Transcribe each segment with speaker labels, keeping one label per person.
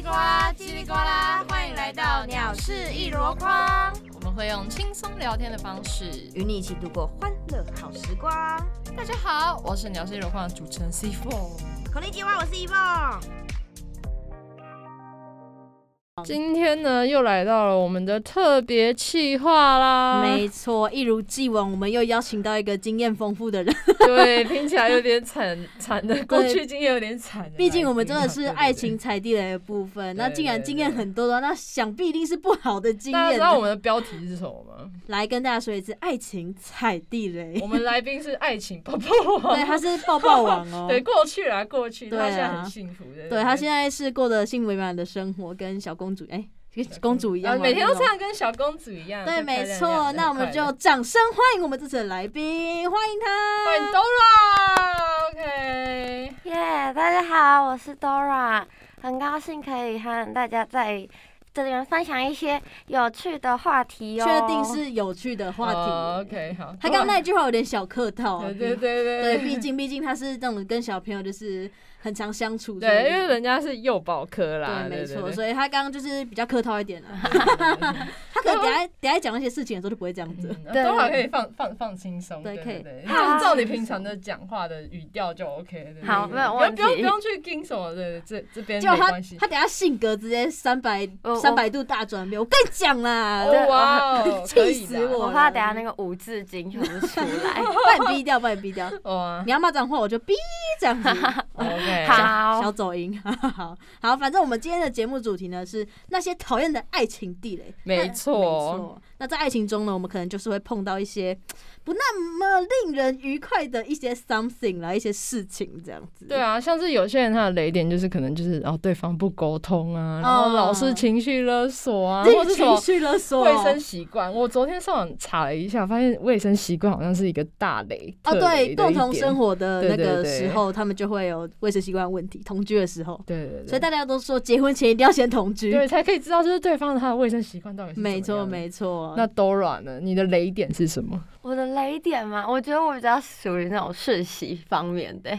Speaker 1: 叽里呱啦，欢迎来到鸟事一箩筐，
Speaker 2: 我们会用轻松聊天的方式。
Speaker 1: 与你一起度过欢乐好时光。
Speaker 2: 大家好，我是鸟事有框的主持人 C Four。
Speaker 1: 口令计划，我是一梦。
Speaker 2: 今天呢，又来到了我们的特别企划啦。
Speaker 3: 没错，一如既往，我们又邀请到一个经验丰富的人。
Speaker 2: 对，听起来有点惨惨的，过去经验有点 惨的来宾啊。
Speaker 3: 毕竟我们真的是
Speaker 2: 啊对
Speaker 3: 爱情。踩地雷的部分，那
Speaker 2: 对
Speaker 3: 既然
Speaker 2: 对
Speaker 3: 经验
Speaker 2: 对
Speaker 3: 很多的话，那想必一定是不好的
Speaker 2: 对
Speaker 3: 经
Speaker 2: 对大家
Speaker 3: 验
Speaker 2: 知
Speaker 3: 的。
Speaker 2: 道我们的标题是什么 吗？
Speaker 3: 来跟大家说一次，爱情踩地雷
Speaker 2: 我。们来宾是爱情泡泡王。
Speaker 3: 对，他是抱抱王哦。
Speaker 2: 对，过去啦，过去，
Speaker 3: 对
Speaker 2: 他
Speaker 3: 啊
Speaker 2: 现在很幸福的。
Speaker 3: 对，他现在是过得幸福美满的生活，跟小公主哎，跟公主一样
Speaker 2: 呃
Speaker 3: 吗，
Speaker 2: 每天都
Speaker 3: 那种
Speaker 2: 唱跟小公主一样。
Speaker 3: 对，
Speaker 2: 就漂
Speaker 3: 没
Speaker 2: 亮
Speaker 3: 错。
Speaker 2: 亮的
Speaker 3: 那我
Speaker 2: 快
Speaker 3: 们
Speaker 2: 乐
Speaker 3: 就掌声欢迎我们这次的来宾，欢迎他。
Speaker 2: 欢迎 Dora。OK。
Speaker 4: 耶大家好，我是 Dora，很高兴可以和大家在这里面分享一些有趣的话题哦。
Speaker 3: 确定是有趣的话
Speaker 2: 哦
Speaker 3: 题。
Speaker 2: OK，好。
Speaker 3: 他刚刚那句话有点小客套啊。
Speaker 2: 对对对 对
Speaker 3: 对，毕竟毕竟他是那种跟小朋友就是很常相处，所以
Speaker 2: 对，因为人家是幼保科啦，
Speaker 3: 对没错，
Speaker 2: 对
Speaker 3: 所以他刚刚就是比较客套一点啦。他可能 等下等下讲那些事情的时候就不会这样子。
Speaker 2: 对多少可以放放放轻松，
Speaker 3: 对可以
Speaker 2: 对，
Speaker 4: 好
Speaker 2: 就是照你平常的讲话的语调就 OK 对。对
Speaker 4: 好
Speaker 2: 对
Speaker 4: 没有
Speaker 2: 不用
Speaker 4: 问
Speaker 2: 不用
Speaker 4: 题
Speaker 2: 不用去盯什么的，这这边
Speaker 3: 结果
Speaker 2: 没
Speaker 3: 他
Speaker 2: 关系。
Speaker 3: 他等下性格直接三百
Speaker 4: 我我
Speaker 3: 三百度大转变，我跟你讲啦，
Speaker 4: 对
Speaker 2: 哦哇哦，
Speaker 3: 气
Speaker 2: 可以
Speaker 3: 死
Speaker 2: 的啊
Speaker 4: 我怕等下那个五字经全部出来。
Speaker 3: 把你逼掉，把你逼掉。
Speaker 2: 哇
Speaker 3: 你要骂脏话，我就逼 这样子，
Speaker 2: ，OK，
Speaker 3: 小
Speaker 4: 好，
Speaker 3: 走音。 好好，反正我们今天的节目主题呢是那些讨厌的爱情地雷。
Speaker 2: 没
Speaker 3: 那没
Speaker 2: 错，
Speaker 3: 错。那在爱情中呢，我们可能就是会碰到一些不那么令人愉快的一些 something 啦，一些事情这样子。
Speaker 2: 对，啊，像是有些人他的雷点就是可能就是哦对方不沟通啊，然后
Speaker 3: 嗯
Speaker 2: 老是情绪勒索啊，或者
Speaker 3: 这个
Speaker 2: 什么
Speaker 3: 情绪勒索，
Speaker 2: 卫生习惯，我昨天上网查了一下，发现卫生习惯好像是一个大雷
Speaker 3: 哦，对，共同生
Speaker 2: 活，
Speaker 3: 活的
Speaker 2: 对
Speaker 3: 那
Speaker 2: 对
Speaker 3: 个
Speaker 2: 对
Speaker 3: 时候，他们就会有卫生习惯问题。同居的时候，
Speaker 2: 对对对，
Speaker 3: 所以大家都说结婚前一定要先同居。
Speaker 2: 对才可以知道就是对方他的卫生习惯到底是怎么样
Speaker 3: 没错，没错。
Speaker 2: 那 Dora 呢？你的雷点是什么？
Speaker 4: 我的雷点嘛，我觉得我比较属于那种世袭方面的，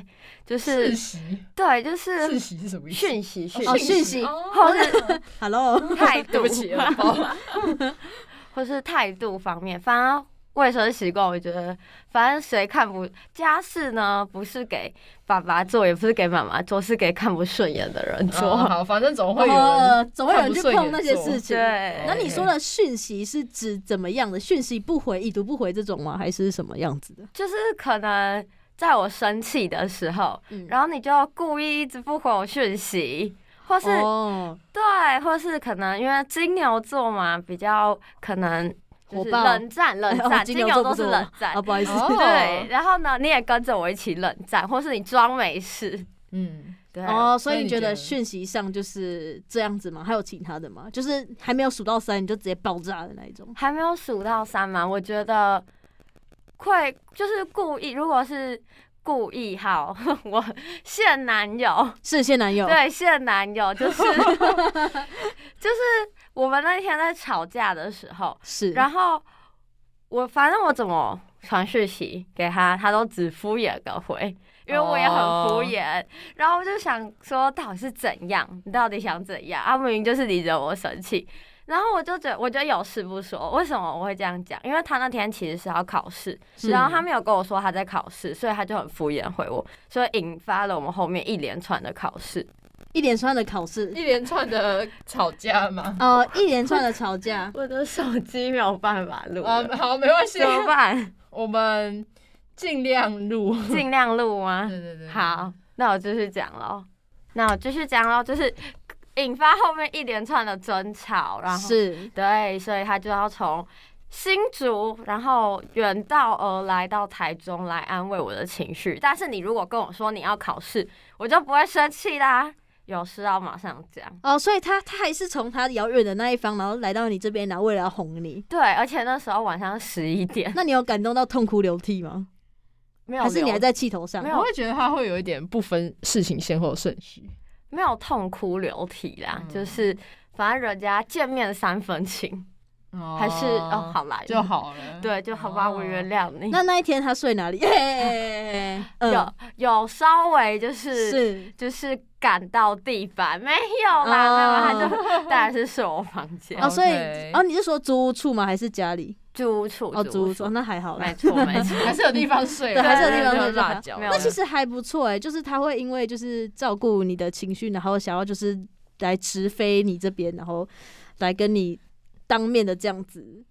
Speaker 4: 就是
Speaker 2: 世袭，
Speaker 4: 对，就是
Speaker 2: 世袭是什么意思？
Speaker 4: 讯息讯
Speaker 3: 哦
Speaker 4: 息，
Speaker 3: 讯息
Speaker 4: 或是
Speaker 3: Hello，
Speaker 4: 态
Speaker 2: 对
Speaker 4: 度
Speaker 2: 不，起，我包
Speaker 4: 或是态度方面，反而卫生习惯，我觉得反正谁看不家事呢，不是给爸爸做，也不是给妈妈做，是给看不顺眼的人做。
Speaker 2: 哦好，反正总会有人。
Speaker 3: 呃，总会有人去碰那些事情。
Speaker 4: 对，
Speaker 3: 那你说的讯息是指怎么样的？讯息不回、已读不回这种吗？还是什么样子的？
Speaker 4: 就是可能在我生气的时候，
Speaker 3: 嗯
Speaker 4: 然后你就故意一直不回我讯息，或是、
Speaker 3: 哦，
Speaker 4: 对，或是可能因为金牛座嘛，比较可能就
Speaker 3: 火
Speaker 4: 是
Speaker 3: 爆
Speaker 4: 冷战，冷
Speaker 3: 哎
Speaker 4: 战，
Speaker 3: 哦金
Speaker 4: 金
Speaker 3: 牛座
Speaker 4: 牛
Speaker 3: 不
Speaker 4: 座
Speaker 3: 是
Speaker 4: 是
Speaker 3: 我
Speaker 4: 冷战
Speaker 3: 啊，。不好意思，
Speaker 2: 哦
Speaker 4: 对，然后呢，你也跟着我一起冷战，或是你装没事，
Speaker 2: 嗯，
Speaker 4: 对，
Speaker 3: 哦，所
Speaker 2: 所以
Speaker 3: 以你
Speaker 2: 你
Speaker 3: 觉
Speaker 2: 觉
Speaker 3: 得
Speaker 2: 得
Speaker 3: 讯息上就是这样子吗？还有其他的吗？就是还没有数到三你就直接爆炸的那一种？
Speaker 4: 还没有数到三嘛，我觉得会就是故意，如果是故意好， 我现男友，
Speaker 3: 是现男友？
Speaker 4: 对，现男友就是就是我们那天在吵架的时候，
Speaker 3: 是。
Speaker 4: 然后我反正我怎么传讯息给他，他都只敷衍个回。因为我也很敷衍然后我就想说，到底是怎样？你到底想怎样？啊，明明就是你惹我生气，然后我就觉得，我觉得有事不说。为什么我会这样讲？因为他那天其实是要考试，
Speaker 3: 是
Speaker 4: 然后他没有跟我说他在考试，所以他就很敷衍回我，所以引发了我们后面一连串的考试。，
Speaker 3: 一连串的考试，
Speaker 2: 一连串的吵架 嘛。
Speaker 3: 呃，一连串的吵架
Speaker 4: 我的手机没有办法录
Speaker 2: 啊，好，没关系
Speaker 4: 哦怎，么办？
Speaker 2: 我们尽量录。
Speaker 4: 尽量录吗？
Speaker 2: 对对对，
Speaker 4: 好，那我继续讲喽。那我继续讲喽，就是引发后面一连串的争吵， 然后
Speaker 3: 是
Speaker 4: 对，所以他就要从新竹，然后远道而来到台中来安慰我的情绪。但是你如果跟我说你要考试，我就不会生气啦。有事要马上讲。
Speaker 3: 哦，所以他他还是从他遥远的那一方，然后来到你这边，然后为了要哄你，
Speaker 4: 对，而且那时候晚上十一点，
Speaker 3: 那你有感动到痛哭流涕吗？
Speaker 4: 没有
Speaker 3: 还是你
Speaker 4: 流
Speaker 3: 还在气头上？
Speaker 4: 没有
Speaker 2: 我会觉得他会有一点不分事情先后顺序。
Speaker 4: 没有痛哭流涕啦，
Speaker 2: 嗯
Speaker 4: 就是反正人家见面三分情，
Speaker 2: 哦
Speaker 4: 还是哦好啦
Speaker 2: 就，好了。
Speaker 4: 对，就好吧，
Speaker 2: 哦
Speaker 4: 我原谅你。
Speaker 3: 嗯那那一天他睡哪 里？嗯，
Speaker 4: 有有稍微就是哦
Speaker 3: 是
Speaker 4: 就是赶到地板，没有啦，没有，他就当然是睡我房间
Speaker 3: 哦哦，所以
Speaker 2: OK
Speaker 3: 哦，你是说租屋处吗？还是家里？
Speaker 4: 住处
Speaker 3: 哦，租屋处，
Speaker 4: 处，
Speaker 3: 那还好啦
Speaker 4: 没。错没错，
Speaker 2: 还是有地方睡
Speaker 3: 对
Speaker 2: 啦，
Speaker 3: 还是有
Speaker 2: 对
Speaker 3: 地方
Speaker 2: 没
Speaker 3: 睡
Speaker 2: 辣
Speaker 3: 就
Speaker 2: 椒。
Speaker 4: 好没有
Speaker 3: 那其实还不错哎、就是他会因为就是照顾你的情绪，然后想要就是来直飞你这边，然后来跟你当面的这样子，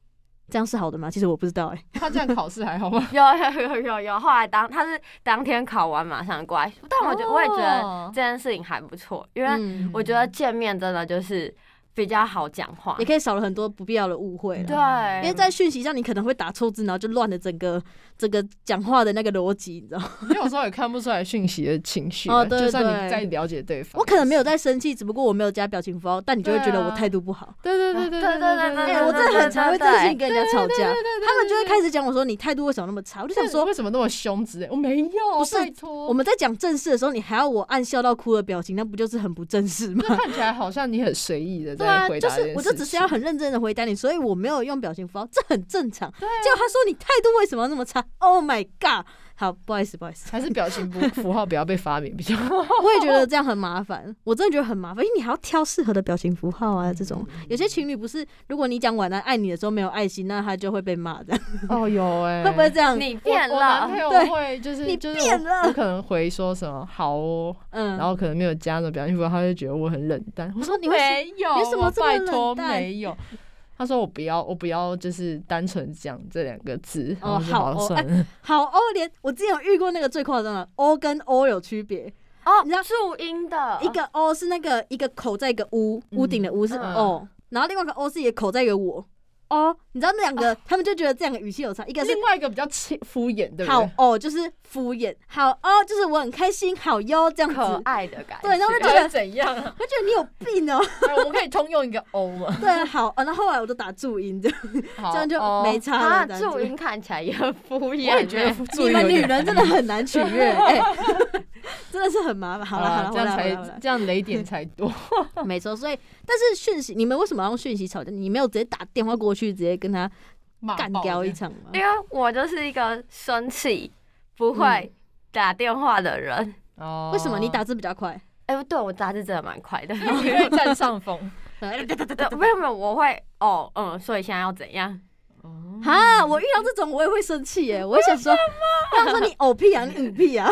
Speaker 3: 这样是好的吗？其实我不知道哎、
Speaker 2: 他这样考试还好 吗？
Speaker 4: 有有有有有，后来当他是当天考完马上过来，但我觉得、我也觉得
Speaker 2: 哦
Speaker 4: 这件事情还不错，因为
Speaker 3: 嗯，
Speaker 4: 我觉得见面真的就是比较好讲话
Speaker 3: 也，可以少了很多不必要的误会了。
Speaker 4: 对，
Speaker 3: 因为在讯息上，你可能会打错字，然后就乱了整个整个讲话的那个逻辑，你知道吗？
Speaker 2: 你有时候也看不出来讯息的情绪啊，
Speaker 3: 哦对
Speaker 2: 就算
Speaker 3: 对
Speaker 2: 你再了解对方，
Speaker 3: 我可能没有在生气，只不过我没有加表情符号，但你就会觉得我态度不好。
Speaker 2: 对对对对
Speaker 4: 对对对对
Speaker 3: 哎、
Speaker 4: 对
Speaker 3: 我真的很常会这件事情跟人家吵架，他们就会开
Speaker 2: 始
Speaker 3: 始讲我说你态度为什么那么差，我就想说
Speaker 2: 为什么那么凶之类，我没有，
Speaker 3: 不是
Speaker 2: 拜托，
Speaker 3: 我们在讲正事的时候，你还要我按笑到哭的表情，那不就是很不正式吗？
Speaker 2: 就看起来好像你很随意的
Speaker 3: 对
Speaker 2: 在
Speaker 3: 啊，
Speaker 2: 回
Speaker 3: 就
Speaker 2: 答这件事
Speaker 3: 是
Speaker 2: 情，
Speaker 3: 我就只是要很认真的回答你，所以我没有用表情符号，这很正常。结果他说你态度为什么那么差？Oh my god！好，不好意思，不好 意思，
Speaker 2: 还是表情符符号不要被发明比较好。
Speaker 3: 我也觉得这样很麻烦，我真的觉得很麻烦，因为你还要挑适合的表情符号啊，这种
Speaker 2: 嗯
Speaker 3: 有些情侣不是，如果你讲晚安爱你的时候没有爱心，那他就会被骂的，
Speaker 2: 哦，有哎
Speaker 3: 会不会这样？
Speaker 4: 你变
Speaker 2: 我我男
Speaker 4: 了
Speaker 2: 朋，友
Speaker 3: 对
Speaker 2: 会就是
Speaker 3: 你
Speaker 2: 就是
Speaker 3: 变了
Speaker 2: 我，我可能回说什么好哦，
Speaker 3: 嗯，
Speaker 2: 然后可能没有加那种表情符号，他就觉得我很冷淡。我说
Speaker 3: 你为什
Speaker 2: 没有，
Speaker 3: 你为什么
Speaker 2: 我
Speaker 3: 这么
Speaker 2: 拜
Speaker 3: 冷
Speaker 2: 托
Speaker 3: 淡
Speaker 2: 没有。他说我不要，我不要，就是单纯讲这两个字。然后
Speaker 3: 哦
Speaker 2: 我就
Speaker 3: 好
Speaker 2: 好
Speaker 3: 哦
Speaker 2: 算了。
Speaker 3: 好 O 连我之前有遇过那个最夸张的 O 跟 O 有区别，
Speaker 4: 哦
Speaker 3: 你知道，
Speaker 4: 注音的
Speaker 3: 一个 O 是那个一个口在一个屋，
Speaker 2: 嗯
Speaker 3: 屋顶的屋是
Speaker 4: 哦嗯
Speaker 3: O，、然后另外一个 O 是一个口在一个我。哦，你知道那两个，他们就觉得这两个语气有差，一个是
Speaker 2: 另外一个比较轻敷衍，对不
Speaker 3: 好
Speaker 2: 对？
Speaker 3: 哦，就是敷衍；好哦，就是我很开心；好哟，这样子。
Speaker 4: 可
Speaker 3: 我
Speaker 4: 爱的感觉，
Speaker 3: 对然后就
Speaker 2: 到
Speaker 3: 觉
Speaker 2: 底
Speaker 3: 得
Speaker 2: 怎样 啊？
Speaker 3: 觉得你有病哦。
Speaker 2: 哎我们可以通用一个 O 吗？
Speaker 3: 对，好哦。那后来我都打注音，这样
Speaker 2: 好
Speaker 3: 这样就
Speaker 4: 哦
Speaker 3: 没差
Speaker 4: 啊
Speaker 3: 了。这样
Speaker 4: 注
Speaker 3: 子
Speaker 4: 音看起来也很敷衍
Speaker 2: 我也觉得
Speaker 4: 欸，
Speaker 2: 注
Speaker 3: 你
Speaker 2: 意
Speaker 3: 们
Speaker 2: 有
Speaker 3: 女
Speaker 2: 点
Speaker 3: 人真的很难取 悦，哎，真的是很麻烦。好了好
Speaker 4: 哦
Speaker 3: 了，
Speaker 2: 这样
Speaker 3: 回来回来
Speaker 2: 才
Speaker 3: 回来
Speaker 2: 这样雷点才多。
Speaker 3: 没错，所以但是讯息，你们为什么要用讯息吵架？你没有直接打电话过去，直接跟他
Speaker 4: 哦
Speaker 2: 骂
Speaker 3: 干
Speaker 2: 爆
Speaker 3: 掉
Speaker 2: 这
Speaker 3: 一
Speaker 2: 样哦
Speaker 3: 场吗？
Speaker 4: 因为我就是一个生气不会打电话的人。
Speaker 2: 哦
Speaker 3: 为什么你打字比较 快？
Speaker 4: 哎、对我打字真的蛮快 的，
Speaker 2: 因为占上 风？
Speaker 4: 对没有没有，我会哦嗯，所以现在要怎样？
Speaker 2: 哦
Speaker 3: 哈，我遇到这种我也会生气 耶，我会想说，我想说你偶屁啊，你语屁 啊。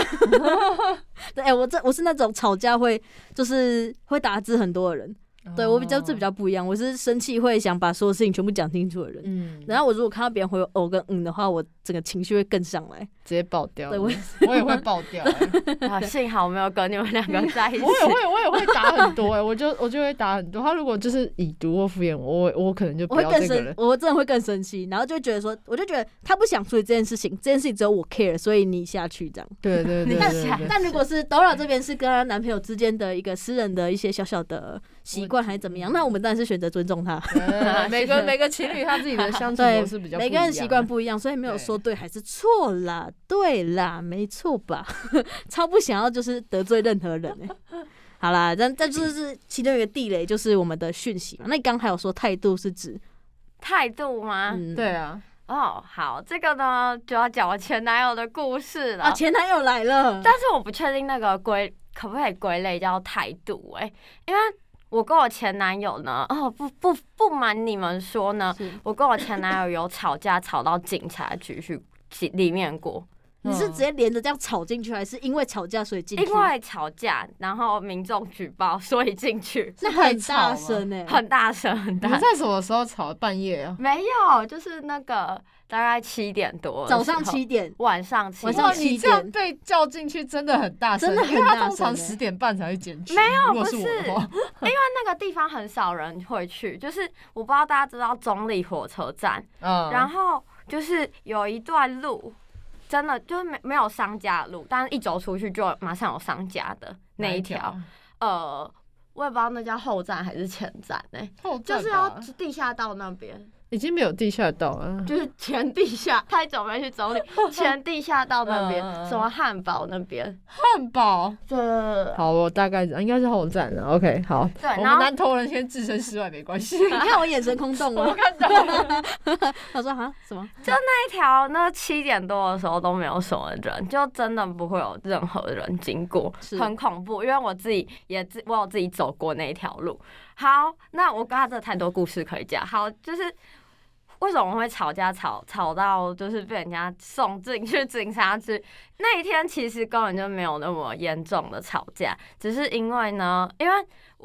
Speaker 3: 对，哎，我这我是那种吵架会就是会打字很多的人，对我比较
Speaker 2: 哦
Speaker 3: 这比较不一样，我是生气会想把所有事情全部讲清楚的人。
Speaker 2: 嗯，
Speaker 3: 然后我如果看到别人回我哦跟嗯的话，我整个情绪会更上来。
Speaker 2: 直接爆掉。
Speaker 3: 对我
Speaker 2: 我也会爆 掉欸。
Speaker 4: 啊，幸好没有跟你们两个在 一起。
Speaker 2: 我也会，我也会打很多哎、我就我就会打很多。他如果就是已读或敷衍我，我我可能就
Speaker 3: 我
Speaker 2: 不
Speaker 3: 会
Speaker 2: 要
Speaker 3: 更
Speaker 2: 这个
Speaker 3: 生
Speaker 2: 人，。
Speaker 3: 我真的会更生气，然后就觉得说，我就觉得他不想处理这件事情，这件事情只有我 care，所以你下去这样。
Speaker 2: 对对对
Speaker 4: 你
Speaker 2: 对
Speaker 4: 看
Speaker 2: 对
Speaker 4: 起来
Speaker 2: 对，
Speaker 3: 但如果是 Dora 这边是跟她男朋友之间的一个私人的一些小小的习惯还是怎么样，那我们当然是选择尊重他。
Speaker 2: 嗯 每个每个情侣他自己的相处
Speaker 3: 对
Speaker 2: 模式比较不一
Speaker 3: 每
Speaker 2: 样，
Speaker 3: 个人习惯不一样，所以没有说对还是错啦，对啦，没错吧？ 超不想要就是得罪任何人、欸、好啦，但但就是其中一个地雷就是我们的讯息嘛。那你刚还有说态度是指，
Speaker 4: 态度吗？
Speaker 3: 嗯，
Speaker 2: 对啊，
Speaker 4: 哦，好，这个呢就要讲我前男友的故事了。
Speaker 3: 啊，前男友来了，
Speaker 4: 但是我不确定那个归可不可以归类叫态度哎、因为我跟我前男友呢，哦不不不瞒你们说呢，
Speaker 3: 是
Speaker 2: 啊
Speaker 4: 我跟我前男友有吵架，吵到警察局去去里面过，
Speaker 3: 你
Speaker 2: 嗯
Speaker 3: 是直接连着这样吵进去，还是因为吵架所以进去？
Speaker 4: 因为吵架，然后民众举报，所以 进去，
Speaker 3: 那
Speaker 2: 是太
Speaker 3: 很大
Speaker 2: 吵了啊
Speaker 3: 声哎、
Speaker 4: 很大声，很
Speaker 2: 你
Speaker 4: 大
Speaker 2: 们在什么时候吵？半夜啊？
Speaker 4: 没有，就是那个大概七点多，
Speaker 3: 早上，七点，
Speaker 4: 晚上七，
Speaker 3: 晚上
Speaker 2: 哇，
Speaker 3: 七
Speaker 2: 你这样
Speaker 3: 点
Speaker 2: 被叫进去真的很大声，
Speaker 3: 真的很
Speaker 2: 因为
Speaker 3: 大
Speaker 2: 他通
Speaker 3: 声
Speaker 2: 常
Speaker 3: 欸
Speaker 2: 十点半才会检举。
Speaker 4: 没有
Speaker 2: 如果
Speaker 4: 不
Speaker 2: 是我的话，
Speaker 4: 那个地方很少人会去，就是我不知道大家知道中立火车站，
Speaker 2: 嗯，
Speaker 4: 然后就是有一段路，真的就是没没有商家的路，但是一走出去就马上有商家的那
Speaker 2: 哪
Speaker 4: 一
Speaker 2: 一
Speaker 4: 条，呃，我也不知道那叫后站还是前站呢、
Speaker 2: 后
Speaker 4: 就是
Speaker 2: 站
Speaker 4: 要
Speaker 2: 吧
Speaker 4: 地下道那边。
Speaker 2: 已经没有地下道了。
Speaker 4: 就是前地下，太久没去中立， 前地下道那边
Speaker 2: 嗯嗯嗯，
Speaker 4: 什么汉堡那边，
Speaker 2: 汉堡，
Speaker 4: 对对对
Speaker 2: 好，我大概知道应该是后站了。OK，好，
Speaker 4: 对
Speaker 2: 我们
Speaker 4: 然后
Speaker 2: 南投人先置身事外没关系。
Speaker 3: 你看我眼神空洞
Speaker 2: 我
Speaker 3: 了。
Speaker 2: 看到了，
Speaker 3: 他说哈什么？
Speaker 4: 那条那七点多的时候都没有什么人，就真的不会有任何人经过
Speaker 3: 是，
Speaker 4: 很恐怖。因为我自己也自我有自己走过那一条路。好，那我跟他真的太多故事可以讲。好，就是为什么会吵架吵吵到就是被人家送进去警察局？那一天其实根本就没有那么严重的吵架，只是因为呢，因为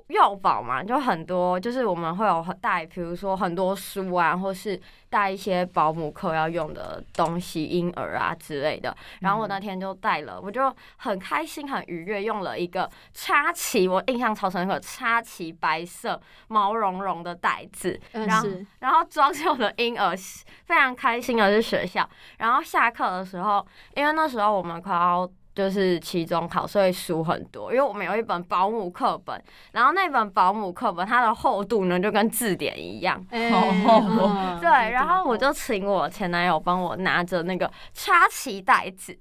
Speaker 4: 幼保嘛，就很多，就是我们会有带，比如说很多书啊，或是带一些保姆课要用的东西，婴儿啊之类的。然后我那天就带了，我就很开心、很愉悦，用了一个插旗，我印象超深刻，插旗白色毛茸茸的袋子，
Speaker 3: 嗯
Speaker 4: 然后
Speaker 3: 是
Speaker 4: 然后装着我的婴儿，非常开心的是学校。然后下课的时候，因为那时候我们快要就是期中考，所以书很多。因为我们有一本保姆课本，然后那本保姆课本它的厚度呢就跟字典一样。
Speaker 3: 哎
Speaker 2: 好
Speaker 3: 嗯
Speaker 4: 哦对，然后我就请我前男友帮我拿着那个插旗袋子。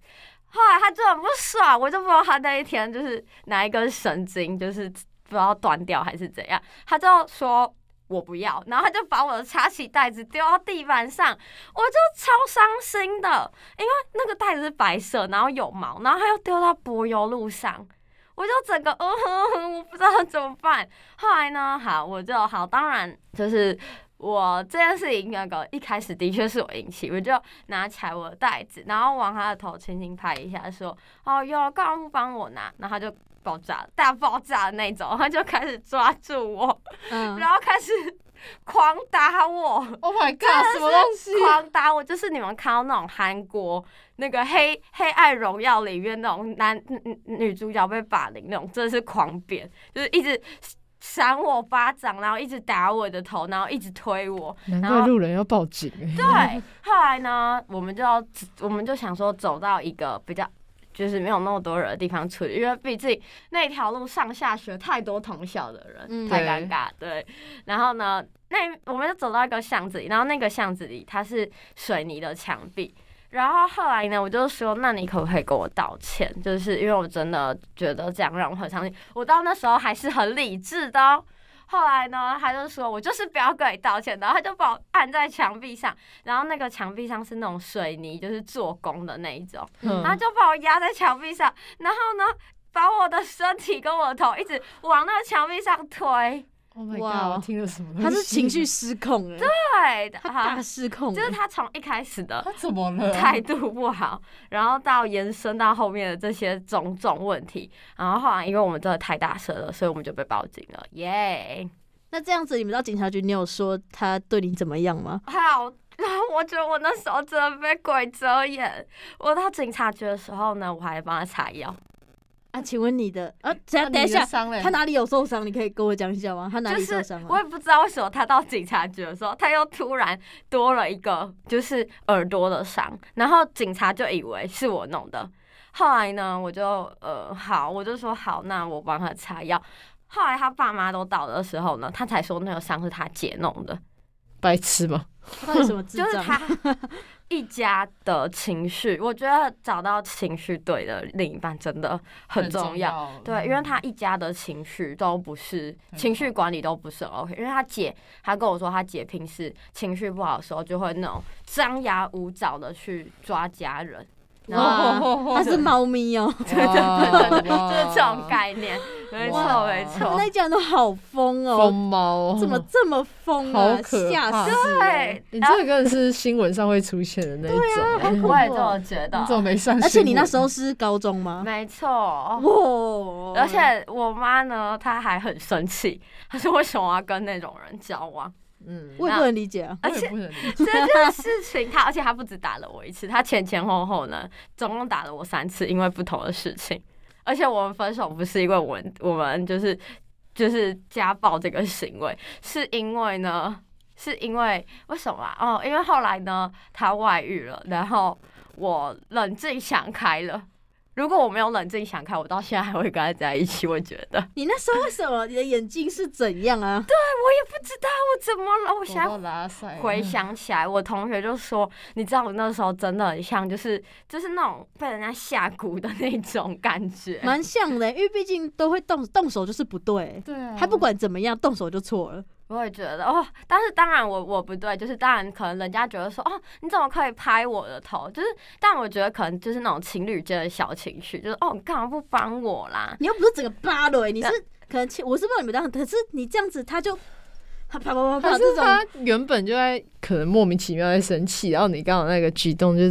Speaker 4: 后来他就很不爽，我就不知道他那一天就是哪一根神经，就是不知道断掉还是怎样，他就说我不要，然后他就把我的插旗袋子丢到地板上，我就超伤心的，因为那个袋子是白色，然后有毛，然后他又丢到柏油路上，我就整个嗯哼哼，我不知道怎么办。后来呢，好，我就好，当然就是我这件事情那个一开始的确是我引起，我就拿起来我的袋子，然后往他的头轻轻拍一下，说：“哦，有干嘛不帮我拿？”然后他就爆炸了，大爆炸的那种，他就开始抓住我，
Speaker 3: 嗯
Speaker 4: 然后开始狂打我。
Speaker 2: Oh my god，什么东西？
Speaker 4: 狂打我，就是你们看到那种韩国那个黑黑暗荣耀里面那种男女女主角被霸凌那种，真的是狂扁，就是一直扇我巴掌，然后一直打我的头，然后一直推我，
Speaker 2: 难
Speaker 4: 然
Speaker 2: 怪
Speaker 4: 后
Speaker 2: 路人要报警哎、
Speaker 4: 对，后来呢，我们就要我们就想说走到一个比较。就是没有那么多人的地方处理，因为毕竟那条路上下学太多同校的人，
Speaker 3: 嗯
Speaker 4: 太尴尬。对，然后呢，那我们就走到一个巷子里，然后那个巷子里它是水泥的墙壁。然后后来呢，我就说，那你可不可以跟我道歉？就是因为我真的觉得这样让我很伤心。我到那时候还是很理智的哦。后来呢，他就说我就是不要跟你道歉，然后他就把我按在墙壁上，然后那个墙壁上是那种水泥，就是做工的那一种，
Speaker 2: 嗯
Speaker 4: 然后就把我压在墙壁上，然后呢，把我的身体跟我的头一直往那个墙壁上推，
Speaker 2: Oh my
Speaker 3: 哇
Speaker 2: god，我听了什么东西？
Speaker 3: 他是情绪失控哎，
Speaker 4: 对的，
Speaker 3: 大失控
Speaker 4: 就是
Speaker 3: 哎，
Speaker 4: 他从一开始的
Speaker 2: 他怎么了？
Speaker 4: 态度不好，然后到延伸到后面的这些种种问题，然后后来因为我们真的太大声了，所以我们就被报警了，耶！
Speaker 3: 那这样子你们到警察局，你有说他对你怎么样吗？
Speaker 4: 好，然后我觉得我那时候真的被鬼遮眼。我到警察局的时候呢，我还帮他擦药，
Speaker 3: 啊，请问你的啊，等
Speaker 2: 那
Speaker 3: 下
Speaker 2: 你
Speaker 3: 等一
Speaker 2: 的
Speaker 3: 下，
Speaker 2: 伤嘞
Speaker 3: 他哪里有受伤？你可以跟我讲一下吗？他哪
Speaker 4: 就
Speaker 3: 里受
Speaker 4: 是
Speaker 3: 伤
Speaker 4: 我
Speaker 3: 了？
Speaker 4: 也不知道为什么他到警察局的时候，他又突然多了一个就是耳朵的伤，然后警察就以为是我弄的。后来呢，我就呃好，我就说好，那我帮他擦药。后来他爸妈都到的时候呢，他才说那个伤是他姐弄的。
Speaker 2: 白痴吗？
Speaker 3: 他有什么智
Speaker 4: 就是
Speaker 3: 障？啊
Speaker 4: 他一家的情绪，我觉得找到情绪对的另一半真的很重要。
Speaker 2: 要
Speaker 4: 对，因为他一家的情绪都不是情绪管理都不是很 OK，因为他姐，他跟我说他姐平时情绪不好的时候就会那种张牙舞爪的去抓家人，然后
Speaker 3: 哇，
Speaker 4: 哦
Speaker 3: 他是猫咪 哦，
Speaker 2: 对对对对
Speaker 4: 就是这种概念，没错
Speaker 2: 哇
Speaker 4: 没
Speaker 3: 他们
Speaker 4: 错
Speaker 3: 那，一家人都好
Speaker 2: 疯
Speaker 3: 疯哦，
Speaker 2: 猫，
Speaker 3: 怎么这么疯啊
Speaker 2: 好？可
Speaker 3: 吓
Speaker 2: 怕
Speaker 3: 死！
Speaker 4: 对，
Speaker 2: 你
Speaker 4: 然后
Speaker 2: 这个是新闻上会出现的那一种欸，
Speaker 4: 我也这么觉
Speaker 2: 你怎
Speaker 4: 得，
Speaker 2: 么没上新闻？
Speaker 3: 而且你那时候是高中吗？
Speaker 4: 没错，
Speaker 3: 哇！
Speaker 4: 而且我妈呢，她还很生气，她说为什么我要跟那种人交往？
Speaker 2: 嗯，
Speaker 3: 我也不能理解啊，
Speaker 2: 我也不能理解
Speaker 4: 这件事情她，而且她不止打了我一次，她前前后后呢，总共打了我三次，因为不同的事情。而且我们分手不是因为我们我们就是就是家暴这个行为，是因为呢，是因为为什么啊、哦，因为后来呢，她外遇了，然后我冷静想开了，如果我没有冷静想开，我到现在还会跟他在一起。我觉得
Speaker 3: 你那时候为什么你的眼睛是怎样啊？ 对，
Speaker 4: 我也不知道我怎么了，我现在
Speaker 2: 拉塞
Speaker 4: 回想起来，我同学就说，你知道我那时候真的很像，就是就是那种被人家下蛊的那种感觉。
Speaker 3: 蛮像的，因为毕竟都会动动手就是不对，
Speaker 2: 对啊，
Speaker 3: 他不管怎么样动手就错了。
Speaker 4: 我也觉得哦，但是当然我我不对，就是当然可能人家觉得说哦，你怎么可以拍我的头？就是，但我觉得可能就是那种情侣间的小情绪，就是哦，你干嘛不帮我啦？
Speaker 3: 你又不是整个扒了、欸，你是可能切我是不知道你们这样，可是你这样子他就 他啪啪啪
Speaker 2: 可
Speaker 3: 啪
Speaker 2: 是
Speaker 3: 这种，啊
Speaker 2: 他原本就在可能莫名其妙在生气，然后你刚好那个举动就是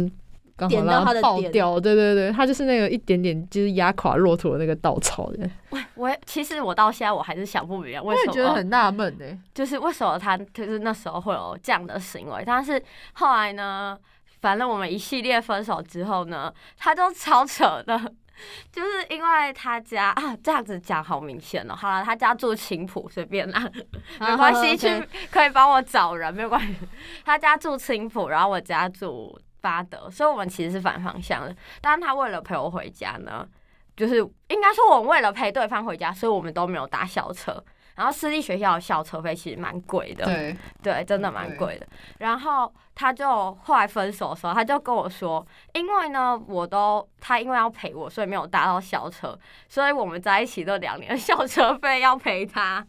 Speaker 2: 刚好
Speaker 3: 点到
Speaker 2: 让
Speaker 3: 他的
Speaker 2: 爆
Speaker 3: 点
Speaker 2: 掉，对对对，他就是那个一点点就是压垮骆驼的那个稻草 人。
Speaker 4: 喂，我也其实我到现在我还是想不明白
Speaker 2: 我
Speaker 4: 为
Speaker 2: 也
Speaker 4: 什
Speaker 2: 觉得
Speaker 4: 么，
Speaker 2: 很纳闷哎，
Speaker 4: 就是为什么他就是那时候会有这样的行为，但是后来呢，反正我们一系列分手之后呢，他都超扯的。 就是因为他家啊，这样子讲好明显哦。好了，他家住青浦，随便啦，没关
Speaker 3: 哦
Speaker 4: 系，去 可以帮我找人，没有关系。他家住青浦，然后我家住巴德，所以我们其实是反方向的。但是他为了陪我回家呢，就是应该说我们为了陪对方回家，所以我们都没有搭校车。然后私立学校的校车费其实蛮贵的，
Speaker 2: 对，
Speaker 4: 对，真的蛮贵的。然后他就后来分手的时候，他就跟我说，因为呢，我都他因为要陪我，所以没有搭到校车，所以我们在一起这两年校车费要赔他。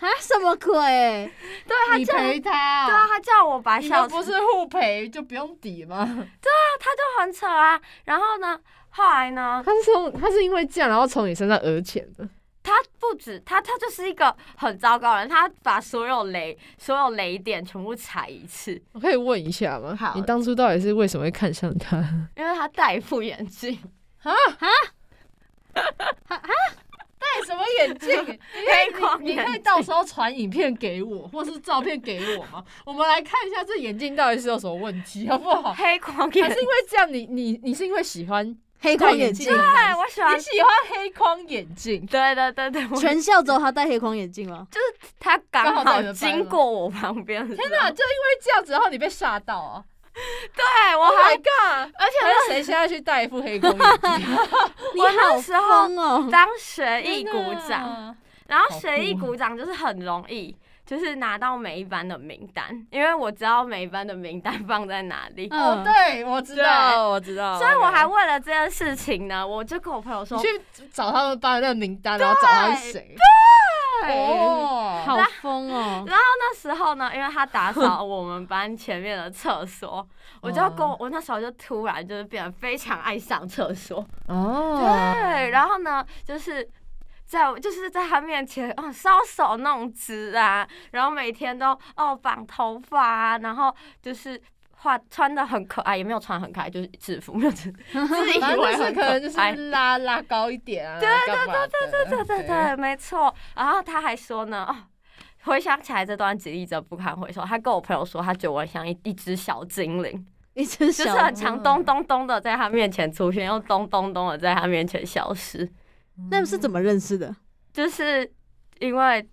Speaker 3: 啊什么鬼？
Speaker 4: 对他
Speaker 2: 你
Speaker 4: 叫，
Speaker 2: 陪他、
Speaker 4: 对啊，，他叫我把
Speaker 2: 哦你
Speaker 4: 校
Speaker 2: 们
Speaker 4: 车
Speaker 2: 不是互陪就不用抵吗？
Speaker 4: 他就很扯啊。然后呢，后来 呢，
Speaker 2: 他是从他是因为这样，然后从你身上讹钱的，
Speaker 4: 他不止他，他就是一个很糟糕的人，他把所有雷、所有雷点全部踩一次，
Speaker 2: 我可以问一下吗？
Speaker 4: 好
Speaker 2: 你当初到底是为什么会看上他？
Speaker 4: 因为他戴一副眼镜，
Speaker 2: 戴什么眼 镜？
Speaker 4: 黑框
Speaker 2: 你
Speaker 4: 眼
Speaker 2: 可以
Speaker 4: 镜。
Speaker 2: 到时候传影片给我，或是照片给我吗？ 我们来看一下这眼镜到底是有什么问题， 好不好？
Speaker 4: 黑框
Speaker 2: 还
Speaker 4: 眼
Speaker 2: 哦是因
Speaker 4: 镜，
Speaker 2: 为这样，你你你是因为喜欢
Speaker 3: 黑
Speaker 2: 戴
Speaker 3: 框
Speaker 2: 眼
Speaker 3: 眼
Speaker 2: 镜
Speaker 3: 镜，
Speaker 2: 的男
Speaker 4: 对
Speaker 2: 生？
Speaker 4: 我喜欢
Speaker 2: 你，喜欢黑框眼镜？
Speaker 4: 对对对对，我
Speaker 3: 全校只有他戴黑框眼镜吗？
Speaker 4: 他
Speaker 2: 刚
Speaker 4: 刚
Speaker 2: 好在
Speaker 4: 好
Speaker 2: 你的班
Speaker 4: 经
Speaker 2: 吗
Speaker 4: 过我旁边的时候，
Speaker 2: 天哪！就因为这样子，然后你被吓到啊
Speaker 4: 对我
Speaker 2: ！Oh my
Speaker 4: 还
Speaker 2: god！而且是谁现在去戴一副黑框眼 镜？
Speaker 3: 你
Speaker 4: 我 那
Speaker 3: 好
Speaker 4: 时候
Speaker 3: 疯哦！
Speaker 4: 当学艺鼓掌，
Speaker 2: 掌，
Speaker 4: 然
Speaker 2: 好
Speaker 4: 后学艺
Speaker 2: 酷哦
Speaker 4: 鼓掌就是很容易。就是拿到每一班的名单，因为我知道每一班的名单放在哪里。
Speaker 2: 哦，对，我知道，我知道
Speaker 4: 所以我还为了这件事情呢，我就跟我朋友说
Speaker 2: 你，去找他们班的那个名单，然后找他是谁。
Speaker 4: 对
Speaker 2: 哦，
Speaker 3: 好疯哦！
Speaker 4: 那时候呢，因为他 打扫我们班前面的厕所，我
Speaker 2: 嗯
Speaker 4: 就跟我我那时候就突然就是变得非常爱上厕所，
Speaker 2: 哦，
Speaker 4: 对，然后呢，就是在就是在他面前哦搔首弄姿啊，然后每天都哦绑头发啊，然后就是。化穿的很可爱，也没有穿很可爱，就是制服， 没有制服 自己以
Speaker 2: 反正
Speaker 4: 为
Speaker 2: 就是
Speaker 4: 哎很
Speaker 2: 可能就是
Speaker 4: 爱
Speaker 2: 拉拉高一点啊，对对
Speaker 4: 对对对，没错。然后他还说呢，哦，回想起来这段经历真不堪回首。他跟我朋友说，他觉得我很像一一只小精灵，
Speaker 3: 一只
Speaker 4: 就是
Speaker 3: 小
Speaker 4: 很常咚咚咚的在他面前出现，又咚咚咚的在他面前消失。
Speaker 3: 那是怎么认识的？
Speaker 4: 就是因为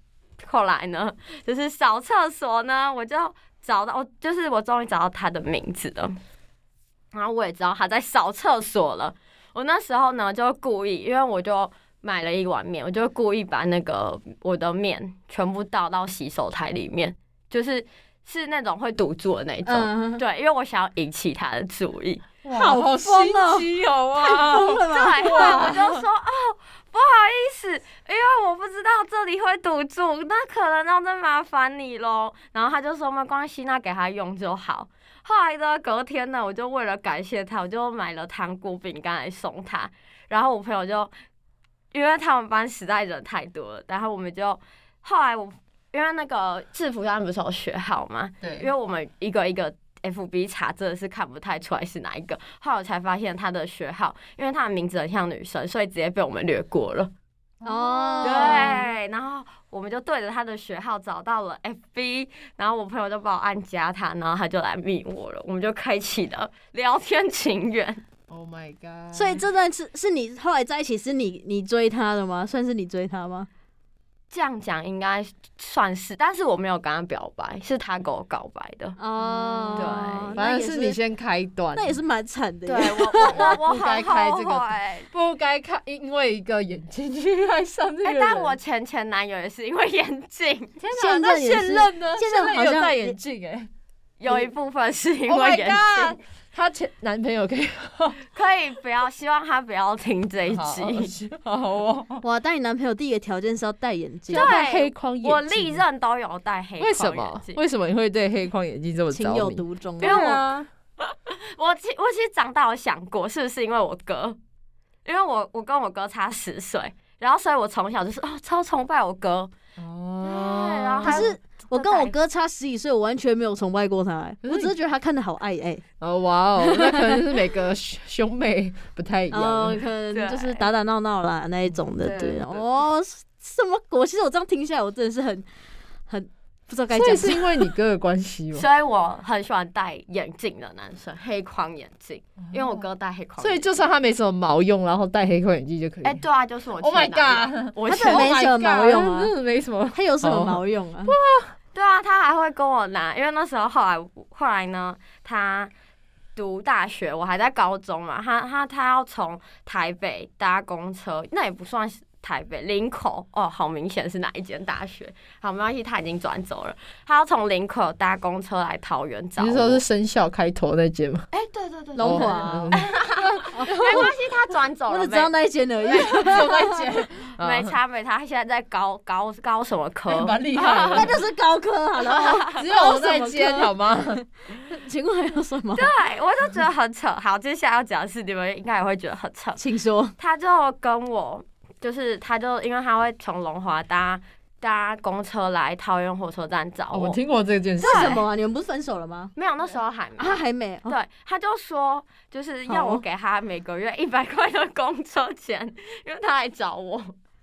Speaker 4: 后来呢， 就是扫厕所呢，我就找到，我哦就是我终于找到他的名字了。然后我也知道他在扫厕所了。我那时候呢，就故意，因为我就买了一碗面，我就故意把那个我的面全部倒到洗手台里面，就是是那种会堵住的那种。
Speaker 3: 嗯，
Speaker 4: 对，因为我想要引起他的注意。
Speaker 2: 哇
Speaker 3: 好
Speaker 2: 好新
Speaker 3: 疯哦
Speaker 2: 奇哦
Speaker 3: 太
Speaker 2: 哇！
Speaker 3: 疯了吧！
Speaker 4: 对，我就说哦，不好意思，因为我不知道这里会堵住，那可能要再麻烦你喽。然后他就说没关系，那给他用就好。后来呢，隔天呢，我就为了感谢他，我就买了糖果饼干来送他。然后我朋友就，因为他们班实在人太多了，然后我们就后来我因为那个制服他们不是有学好吗？因为
Speaker 2: 对，
Speaker 4: 我们一个一个 FB 查真的是看不太出来是哪一个，后来我才发现他的学号，因为他的名字很像女生，所以直接被我们略过了。
Speaker 3: 哦
Speaker 4: 对，然后我们就对着他的学号找到了 FB，然后我朋友就帮我按加他，然后他就来密我了，我们就开启了聊天情缘。
Speaker 2: ，Oh my god！
Speaker 3: 嗯所以这段是是你后来在一起，是你你追他的吗？算是你追他吗？
Speaker 4: 这样讲应该算是，但是我没有跟他表白，是他跟我告白的。
Speaker 3: 哦，
Speaker 4: 对
Speaker 3: 那
Speaker 2: 反
Speaker 3: 也
Speaker 2: 正是你，先开端，
Speaker 3: 那也是蛮惨的
Speaker 4: 对
Speaker 3: 耶。
Speaker 2: 啊
Speaker 4: 我我我我
Speaker 2: 不该
Speaker 4: 很
Speaker 2: 开
Speaker 4: 后
Speaker 2: 这个
Speaker 4: 悔。
Speaker 2: 不该看，因为一个眼睛去爱上这个
Speaker 4: 哎、
Speaker 2: 人。
Speaker 4: 但我前前男友也是因为眼镜，
Speaker 2: 天哪，
Speaker 3: 现
Speaker 2: 那
Speaker 3: 任也
Speaker 2: 现
Speaker 3: 是
Speaker 2: 任呢？
Speaker 3: 现
Speaker 2: 现
Speaker 3: 任
Speaker 2: 任
Speaker 3: 好
Speaker 2: 有
Speaker 3: 像
Speaker 2: 戴
Speaker 3: 也
Speaker 2: 眼镜哎
Speaker 4: 有一部分是因
Speaker 2: ，Oh
Speaker 4: 为
Speaker 2: my
Speaker 4: 眼镜
Speaker 2: god，。她前男朋友可以
Speaker 4: 可以不要，希望他不要听这一集。
Speaker 2: 好好哦，
Speaker 3: 哇，但你男朋友第一个条件是要戴眼镜
Speaker 4: 对，
Speaker 2: 戴黑框眼镜，
Speaker 4: 我历任都有戴黑框
Speaker 2: 为什么
Speaker 4: 眼镜？
Speaker 2: 为什么你会对黑框眼镜这么
Speaker 3: 情
Speaker 2: 着
Speaker 3: 有
Speaker 2: 迷？
Speaker 3: 独钟。啊
Speaker 4: 因为我，我其我其实长大有想过，是不是因为我哥？因为我我跟我哥差十岁，然后所以我从小就是哦超崇拜我哥，
Speaker 2: 哦
Speaker 4: 对然后
Speaker 3: 可
Speaker 4: 还
Speaker 3: 是我跟我哥差十几岁，我完全没有崇拜过他、欸，
Speaker 2: 可是
Speaker 3: 我
Speaker 2: 你
Speaker 3: 只是觉得他看的好爱哎、
Speaker 2: 哦哇哦，那可能是每个兄兄妹不太一
Speaker 3: 欸，哦，
Speaker 2: 样。
Speaker 3: 可能就是
Speaker 4: 对
Speaker 3: 打打闹闹啦那一种的，
Speaker 4: 对
Speaker 3: 对
Speaker 4: 对
Speaker 3: 哦，什么果？其实我这样听下来，我真的是很很不知道该
Speaker 2: 所以
Speaker 3: 讲
Speaker 2: 是
Speaker 3: 什么。
Speaker 2: 因为你哥的关系 吗？
Speaker 4: 所以我很喜欢戴眼镜的男生，黑框眼镜，因为我哥戴黑框
Speaker 2: 哦所以
Speaker 4: 眼镜。
Speaker 2: 就算他没什么毛用，然后戴黑框眼镜就可以。
Speaker 4: 啊哎、对啊，就是我
Speaker 2: Oh my
Speaker 4: 前男友
Speaker 2: god！Oh
Speaker 4: 我
Speaker 3: 他真的没
Speaker 4: 前
Speaker 3: 什么毛用啊
Speaker 2: 真的没什么。
Speaker 3: 他有什么毛用啊？
Speaker 4: 对啊，他还会跟我拿，因为那时候后来后来呢，他读大学，我还在高中嘛，他他他要从台北搭公车，那也不算是台北林口哦，好明显是哪一间大学，好没关系，他已经转走了，他要从林口搭公车来桃园找
Speaker 2: 你
Speaker 4: 我。
Speaker 2: 是说是生肖开头那间吗？
Speaker 4: 哎、对对对，对
Speaker 3: 龙华
Speaker 2: 哦
Speaker 4: 没关系，他转走
Speaker 3: 我
Speaker 4: 了，
Speaker 3: 只知道
Speaker 4: 没
Speaker 3: 那一间而已。
Speaker 4: 没
Speaker 2: 啊
Speaker 4: 差没差，他现在在高高高什么 科？
Speaker 2: 蛮厉害
Speaker 3: 那
Speaker 2: 的，
Speaker 3: 就是高科好了。
Speaker 2: 只有那间好吗？
Speaker 3: 请问还有什么？
Speaker 4: 对，我就觉得很扯。好，接下来要讲的是你们应该也会觉得很扯，
Speaker 3: 请说。
Speaker 4: 他就跟我，就是他就因为他会从龙华搭搭公车来桃园火车站找
Speaker 2: 哦
Speaker 4: 我，
Speaker 2: 我听过这件事，
Speaker 3: 是什么啊？你们不是分手了吗？
Speaker 4: 没有那时候还没。
Speaker 3: 啊，还没。哦
Speaker 4: 对，他就说，就是要
Speaker 3: 好
Speaker 4: 我
Speaker 3: 哦
Speaker 4: 给他每个月一百块的公车钱，因为他来找我，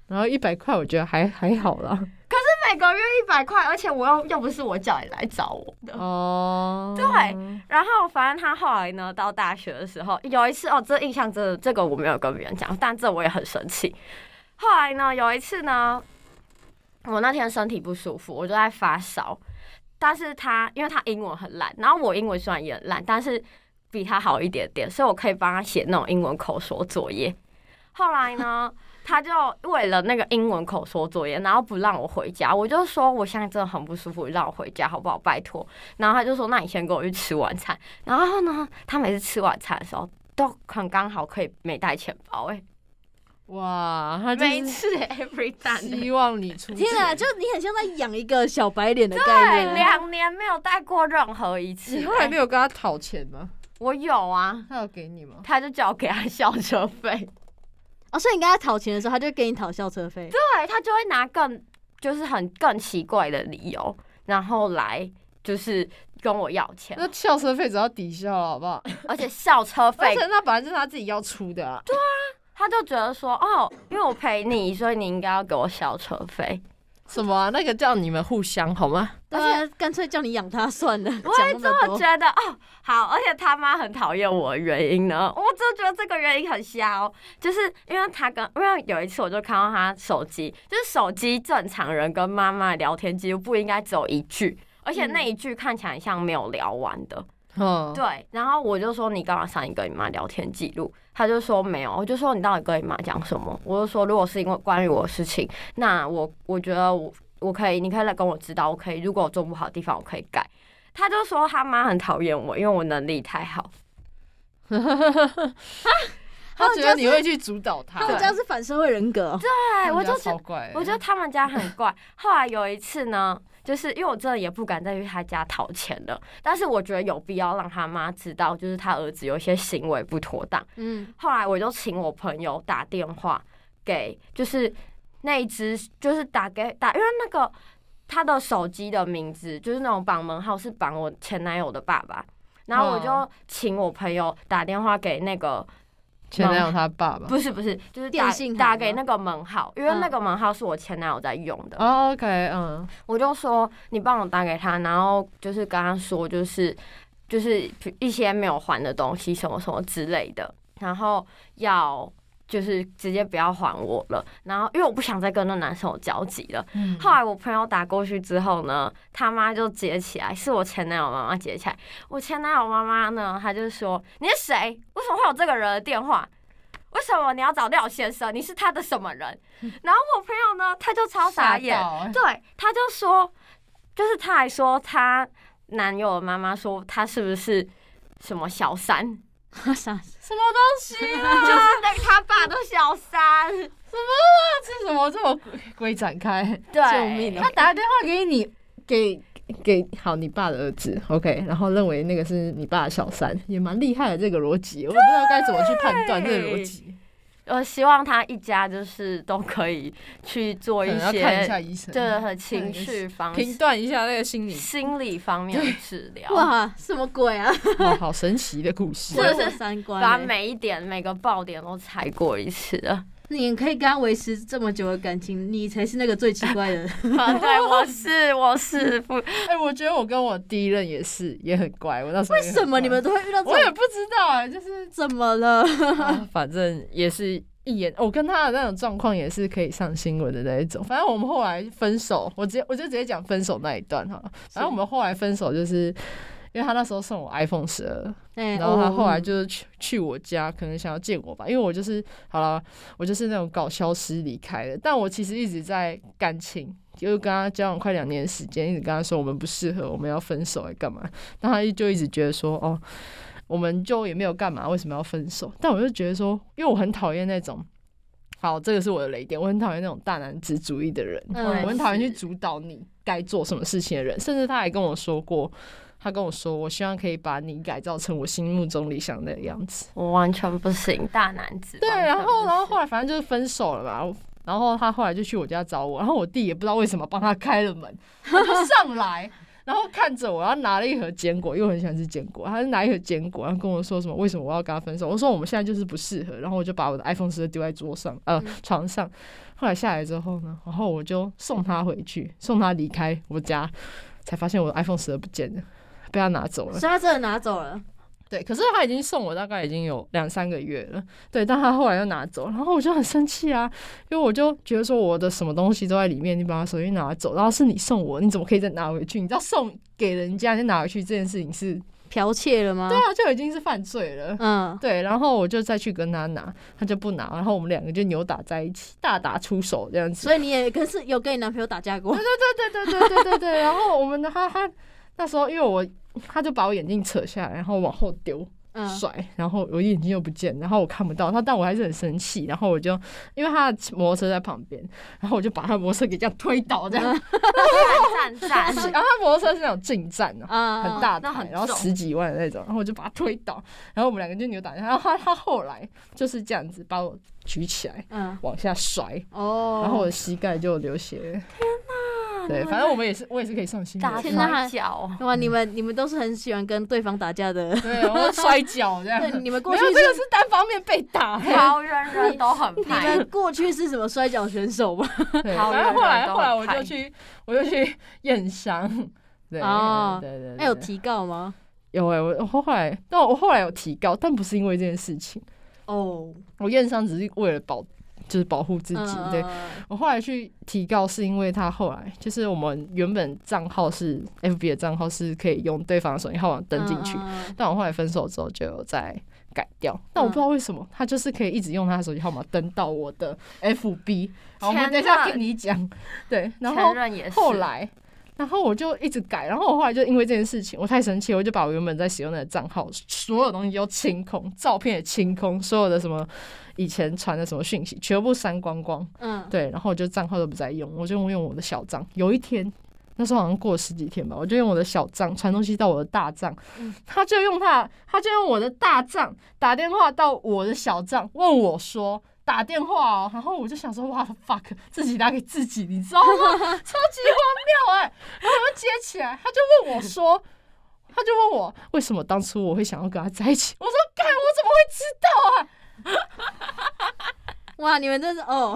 Speaker 2: 然后一百块我觉得还还好啦。
Speaker 4: 每个月一百块，而且我又又不是我叫你来找我的。
Speaker 2: 哦，
Speaker 4: 对然后反正他后来呢，到大学的时候有一次哦，这印象真的这个我没有跟别人讲，但这我也很生气。后来呢，有一次呢，我那天身体不舒服，我就在发烧，但是他因为他英文很烂，然后我英文虽然也很烂，但是比他好一点点，所以我可以帮他写那种英文口说作业。后来呢，他就为了那个英文口说作业，然后不让我回家，我就说我现在真的很不舒服，让我回家好不好？拜托。然后他就说：“那你先跟我去吃晚餐。”然后呢，他每次吃晚餐的时候都很刚好可以没带钱包、欸，
Speaker 2: 哇，他
Speaker 4: 哎，
Speaker 2: 就
Speaker 4: 每
Speaker 2: 是
Speaker 4: 次 every time，
Speaker 2: 希望你出
Speaker 3: 天啊，就你很像在养一个小白脸的概
Speaker 4: 对，
Speaker 3: 念啊。
Speaker 4: 两年没有带过任何一次、
Speaker 2: 你后来
Speaker 4: 欸
Speaker 2: 没有跟他讨钱吗？
Speaker 4: 我有啊，
Speaker 2: 他有给你吗？
Speaker 4: 他就叫我给他校车 费，
Speaker 3: 哦，所以你跟他讨钱的时候，他就给你讨校车费。
Speaker 4: 对他就会拿更就是很更奇怪的理由，然后来就是跟我要钱，
Speaker 2: 那校车费只要抵消了，好不好？
Speaker 4: 而且校车
Speaker 2: 而
Speaker 4: 费
Speaker 2: 且那本来就是他自己要出的啊。
Speaker 4: 他就觉得说：“哦，因为我陪你，所以你应该要给我校车费。”
Speaker 2: 什么啊？那个叫你们互相好吗？
Speaker 3: 而啊且干脆叫你养他算了，
Speaker 4: 我
Speaker 3: 讲那么
Speaker 4: 我
Speaker 3: 多。
Speaker 4: 觉得哦，好，而且他妈很讨厌我的原因呢， 我就觉得这个原因很瞎哦，就是因为他跟因为有一次我就看到他手机，就是手机正常人跟妈妈的聊天记录不应该只有一句。而且那一句看起来像没有聊完的，
Speaker 2: 嗯，
Speaker 4: 对。然后我就说你干嘛删你跟你妈聊天记录？他就说没有。我就说你到底跟你妈讲什么？我就说如果是因为关于我的事情，那我我觉得我我可以，你可以来跟我指导，我可以。如果我做不好的地方，我可以改。他就说他妈很讨厌我，因为我能力太好。
Speaker 2: 他觉得你会去主导他
Speaker 3: 他，们家是反社会人格哦，
Speaker 4: 对，哎我就觉
Speaker 2: 超怪的。
Speaker 4: 我觉得他们 家很怪。后来有一次呢，就是因为我真的也不敢再去他家讨钱了，但是我觉得有必要让他妈知道，就是他儿子有一些行为不妥当。
Speaker 3: 嗯，
Speaker 4: 后来我就请我朋友打电话给，就是那一只，就是打给打，因为那个他的手机的名字就是那种绑门号是绑我前男友的爸爸，然后我
Speaker 2: 哦
Speaker 3: 嗯
Speaker 4: 就请我朋友打电话给那个
Speaker 2: 前男友他爸爸。
Speaker 4: 不是不是，就是
Speaker 3: 电
Speaker 4: 打
Speaker 3: 信行
Speaker 4: 打
Speaker 3: 吗嗯
Speaker 4: 给那个门号，因为那个门号是我前男友在用的，
Speaker 2: 哦，OK，嗯，
Speaker 4: 我就说你帮我打给他，然后就是跟他说，就是就是一些没有还的东西，什么什么之类的，然后要就是直接不要还我了。然后因为我不想再跟那男生有交集了。
Speaker 2: 嗯
Speaker 4: 后来我朋友打过去之后呢，他妈就接起来，是我前男友妈妈接起来。我前男友妈妈呢，她就说：“你是谁？为什么会有这个人的电话？为什么你要找廖先生？你是他的什么人？” 然后我朋友呢，他就超傻眼
Speaker 2: 吓，到欸
Speaker 4: 对，他就说，就是他还说他男友的妈妈说他是不是什么小三，
Speaker 3: 啥？
Speaker 2: 什么东西啊啦？
Speaker 4: 就是那个他爸都小三，
Speaker 2: 这怎么这么鬼展开？
Speaker 4: 对，
Speaker 3: 救命啊
Speaker 2: 他打电话给你，给给好你爸的儿子，OK，然后认为那个是你爸的小三，也蛮厉害的这个逻辑，我不知道该怎么去判断这个逻辑，
Speaker 4: 我希望他一家就是都可以去做
Speaker 2: 可
Speaker 4: 一
Speaker 2: 能要看一
Speaker 4: 些
Speaker 2: 下医生，
Speaker 4: 对和情
Speaker 2: 看一下
Speaker 4: 绪方
Speaker 5: 评断一下那个心理。
Speaker 4: 心理方面的治疗，
Speaker 3: 哇，什么鬼啊？
Speaker 2: 哇， 好神奇的故 事。
Speaker 4: 是
Speaker 3: 毁我三观
Speaker 4: 把
Speaker 3: 欸、
Speaker 4: 每一点每个爆点都踩过 一次啊了。
Speaker 3: 你可以跟他维持这么久的感情，你才是那个最奇怪的人。
Speaker 4: 啊对，我是我是不
Speaker 2: 哎、我觉得我跟我第一任也是，也很乖。我那时候为
Speaker 3: 为什么你们都会遇到这
Speaker 2: 我也
Speaker 3: 种？
Speaker 2: 不知道啊、就是、
Speaker 3: 怎么了？
Speaker 2: 啊反正也是一眼，我跟他的那种状况也是可以上新闻的那一种。反正我们后来分手，我直接我就直接讲分手那一段哈。反正我们后来分手就是。因为他那时候送我 iPhone 十二，
Speaker 3: 哎
Speaker 2: 然后他后来
Speaker 3: 哦
Speaker 2: 就是去去我家，可能想要见我吧，因为我就是好了，我就是那种搞消失离开的。但我其实一直在感情，就是跟他交往快两年的时间，一直跟他说我们不适合，我们要分手，哎，干嘛？但他就一直觉得说，哦，我们就也没有干嘛，为什么要分手？但我就觉得说，因为我很讨厌那种，好，这个是我的雷点，我很讨厌那种大男子主义的人，
Speaker 3: 嗯
Speaker 2: 我很讨厌去
Speaker 4: 是
Speaker 2: 主导你该做什么事情的人，甚至他还跟我说过。他跟我说：“我希望可以把你改造成我心目中理想的样子。
Speaker 4: 我完全不行，大男子。”
Speaker 2: 对，
Speaker 4: 完全
Speaker 2: 然后
Speaker 4: 不
Speaker 2: 然后
Speaker 4: 行
Speaker 2: 后来反正就是分手了嘛。然后他后来就去我家找我，然后我弟也不知道为什么帮他开了门，他就上来，然后看着我，然后拿了一盒坚果，因为我很喜欢吃坚果，他就拿一盒坚果，然后跟我说什么为什么我要跟他分手？我说我们现在就是不适合，然后我就把我的 iPhone 十丢在桌上，呃，床上。后来下来之后呢，然后我就送他回去，送他离开我家，才发现我的 iPhone 十不见了，被他拿走了
Speaker 3: 所以。他真的拿走了。
Speaker 2: 对，可是他已经送我大概已经有两三个月了，对，但他后来又拿走，然后我就很生气啊，因为我就觉得说我的什么东西都在里面，你把他手机拿走，然后是你送我，你怎么可以再拿回去？你知道送给人家再拿回去这件事情是，
Speaker 3: 剽窃了吗？
Speaker 2: 对啊，就已经是犯罪了。
Speaker 3: 嗯，
Speaker 2: 对，然后我就再去跟他拿，他就不拿，然后我们两个就扭打在一起，大打出手这样子。
Speaker 3: 所以你也跟是有跟你男朋友打架过？
Speaker 2: 对对对对对对对。然后我们的他他那时候因为我，他就把我眼镜扯下来，然后往后丢，
Speaker 3: 嗯，
Speaker 2: 甩，然后我眼睛又不见，然后我看不到他，但我还是很生气，然后我就因为他的摩托车在旁边，然后我就把他的摩托车给这样推倒， 这样，然后
Speaker 4: 赞赞赞，
Speaker 2: 他摩托 车是那种进站哦。
Speaker 3: 啊
Speaker 2: 很大
Speaker 4: 那
Speaker 2: 台
Speaker 4: 很，
Speaker 2: 然后
Speaker 4: 重
Speaker 2: 十几万的那种，然后我就把他推倒，然后我们两个就扭打，然后他他后来就是这样子把我举起来
Speaker 3: 嗯，
Speaker 2: 往下甩，
Speaker 3: 哦，
Speaker 2: 然后我的膝盖就流血。天哪！对，反正我们也是，我也是可以上新
Speaker 4: 打
Speaker 2: 闻。
Speaker 3: 天哪
Speaker 4: 摔 跤，
Speaker 2: 嗯
Speaker 3: 哇，你们你们都是很喜欢跟对方打架 的，
Speaker 2: 对，然后摔跤 这样。
Speaker 3: 对，你们
Speaker 2: 没
Speaker 3: 过
Speaker 2: 有，
Speaker 3: 去
Speaker 2: 这个
Speaker 3: 是
Speaker 2: 是单方面被打。
Speaker 4: 桃园 人都很
Speaker 3: 你
Speaker 4: 派，
Speaker 3: 们过去是什么摔跤选手吗？
Speaker 2: 对，
Speaker 4: 桃
Speaker 2: 然
Speaker 4: 园
Speaker 2: 后后来
Speaker 4: 人都
Speaker 2: 后来
Speaker 4: 很
Speaker 2: 我
Speaker 4: 派
Speaker 2: 就去我就去 验伤，对，
Speaker 3: 哦
Speaker 2: 对对对，
Speaker 3: 那有提告吗？
Speaker 2: 有哎、我我后来但我后来有提高，但不是因为这件事情，
Speaker 3: 哦，
Speaker 2: 我验伤只是为了保就是保护自己，对
Speaker 3: 嗯，
Speaker 2: 我后来去提告是因为他后来就是我们原本账号是 FB 的账号是可以用对方的手机号码登进去，，
Speaker 3: 嗯
Speaker 2: 但我后来分手之后就有在改掉，但我不知道为什么他就是可以一直用他的手机号码登到我的 FB，好，我们等一下
Speaker 4: 天哪
Speaker 2: 跟你讲，对，然后
Speaker 4: 前任也是。
Speaker 2: 后来，然后我就一直改，然后我后来就因为这件事情，我太生气了，我就把我原本在使用的账号所有东西都清空，照片也清空，所有的什么以前传的什么讯息全部删光光。
Speaker 3: 嗯，
Speaker 2: 对，然后我就账号都不再用，我就用我的小账。有一天。那时候好像过了十几天吧，我就用我的小账传东西到我的大账，他就用他，他就用我的大账打电话到我的小账，问我说打电话哦，然后我就想说哇 fuck，自己打给自己，你知道吗？ 超级荒谬哎、然后我就接起来，他就问我说，他就问我为什么当初我会想要跟他在一起，我说干，我怎么会知道啊？
Speaker 3: 哇，你们真是哦，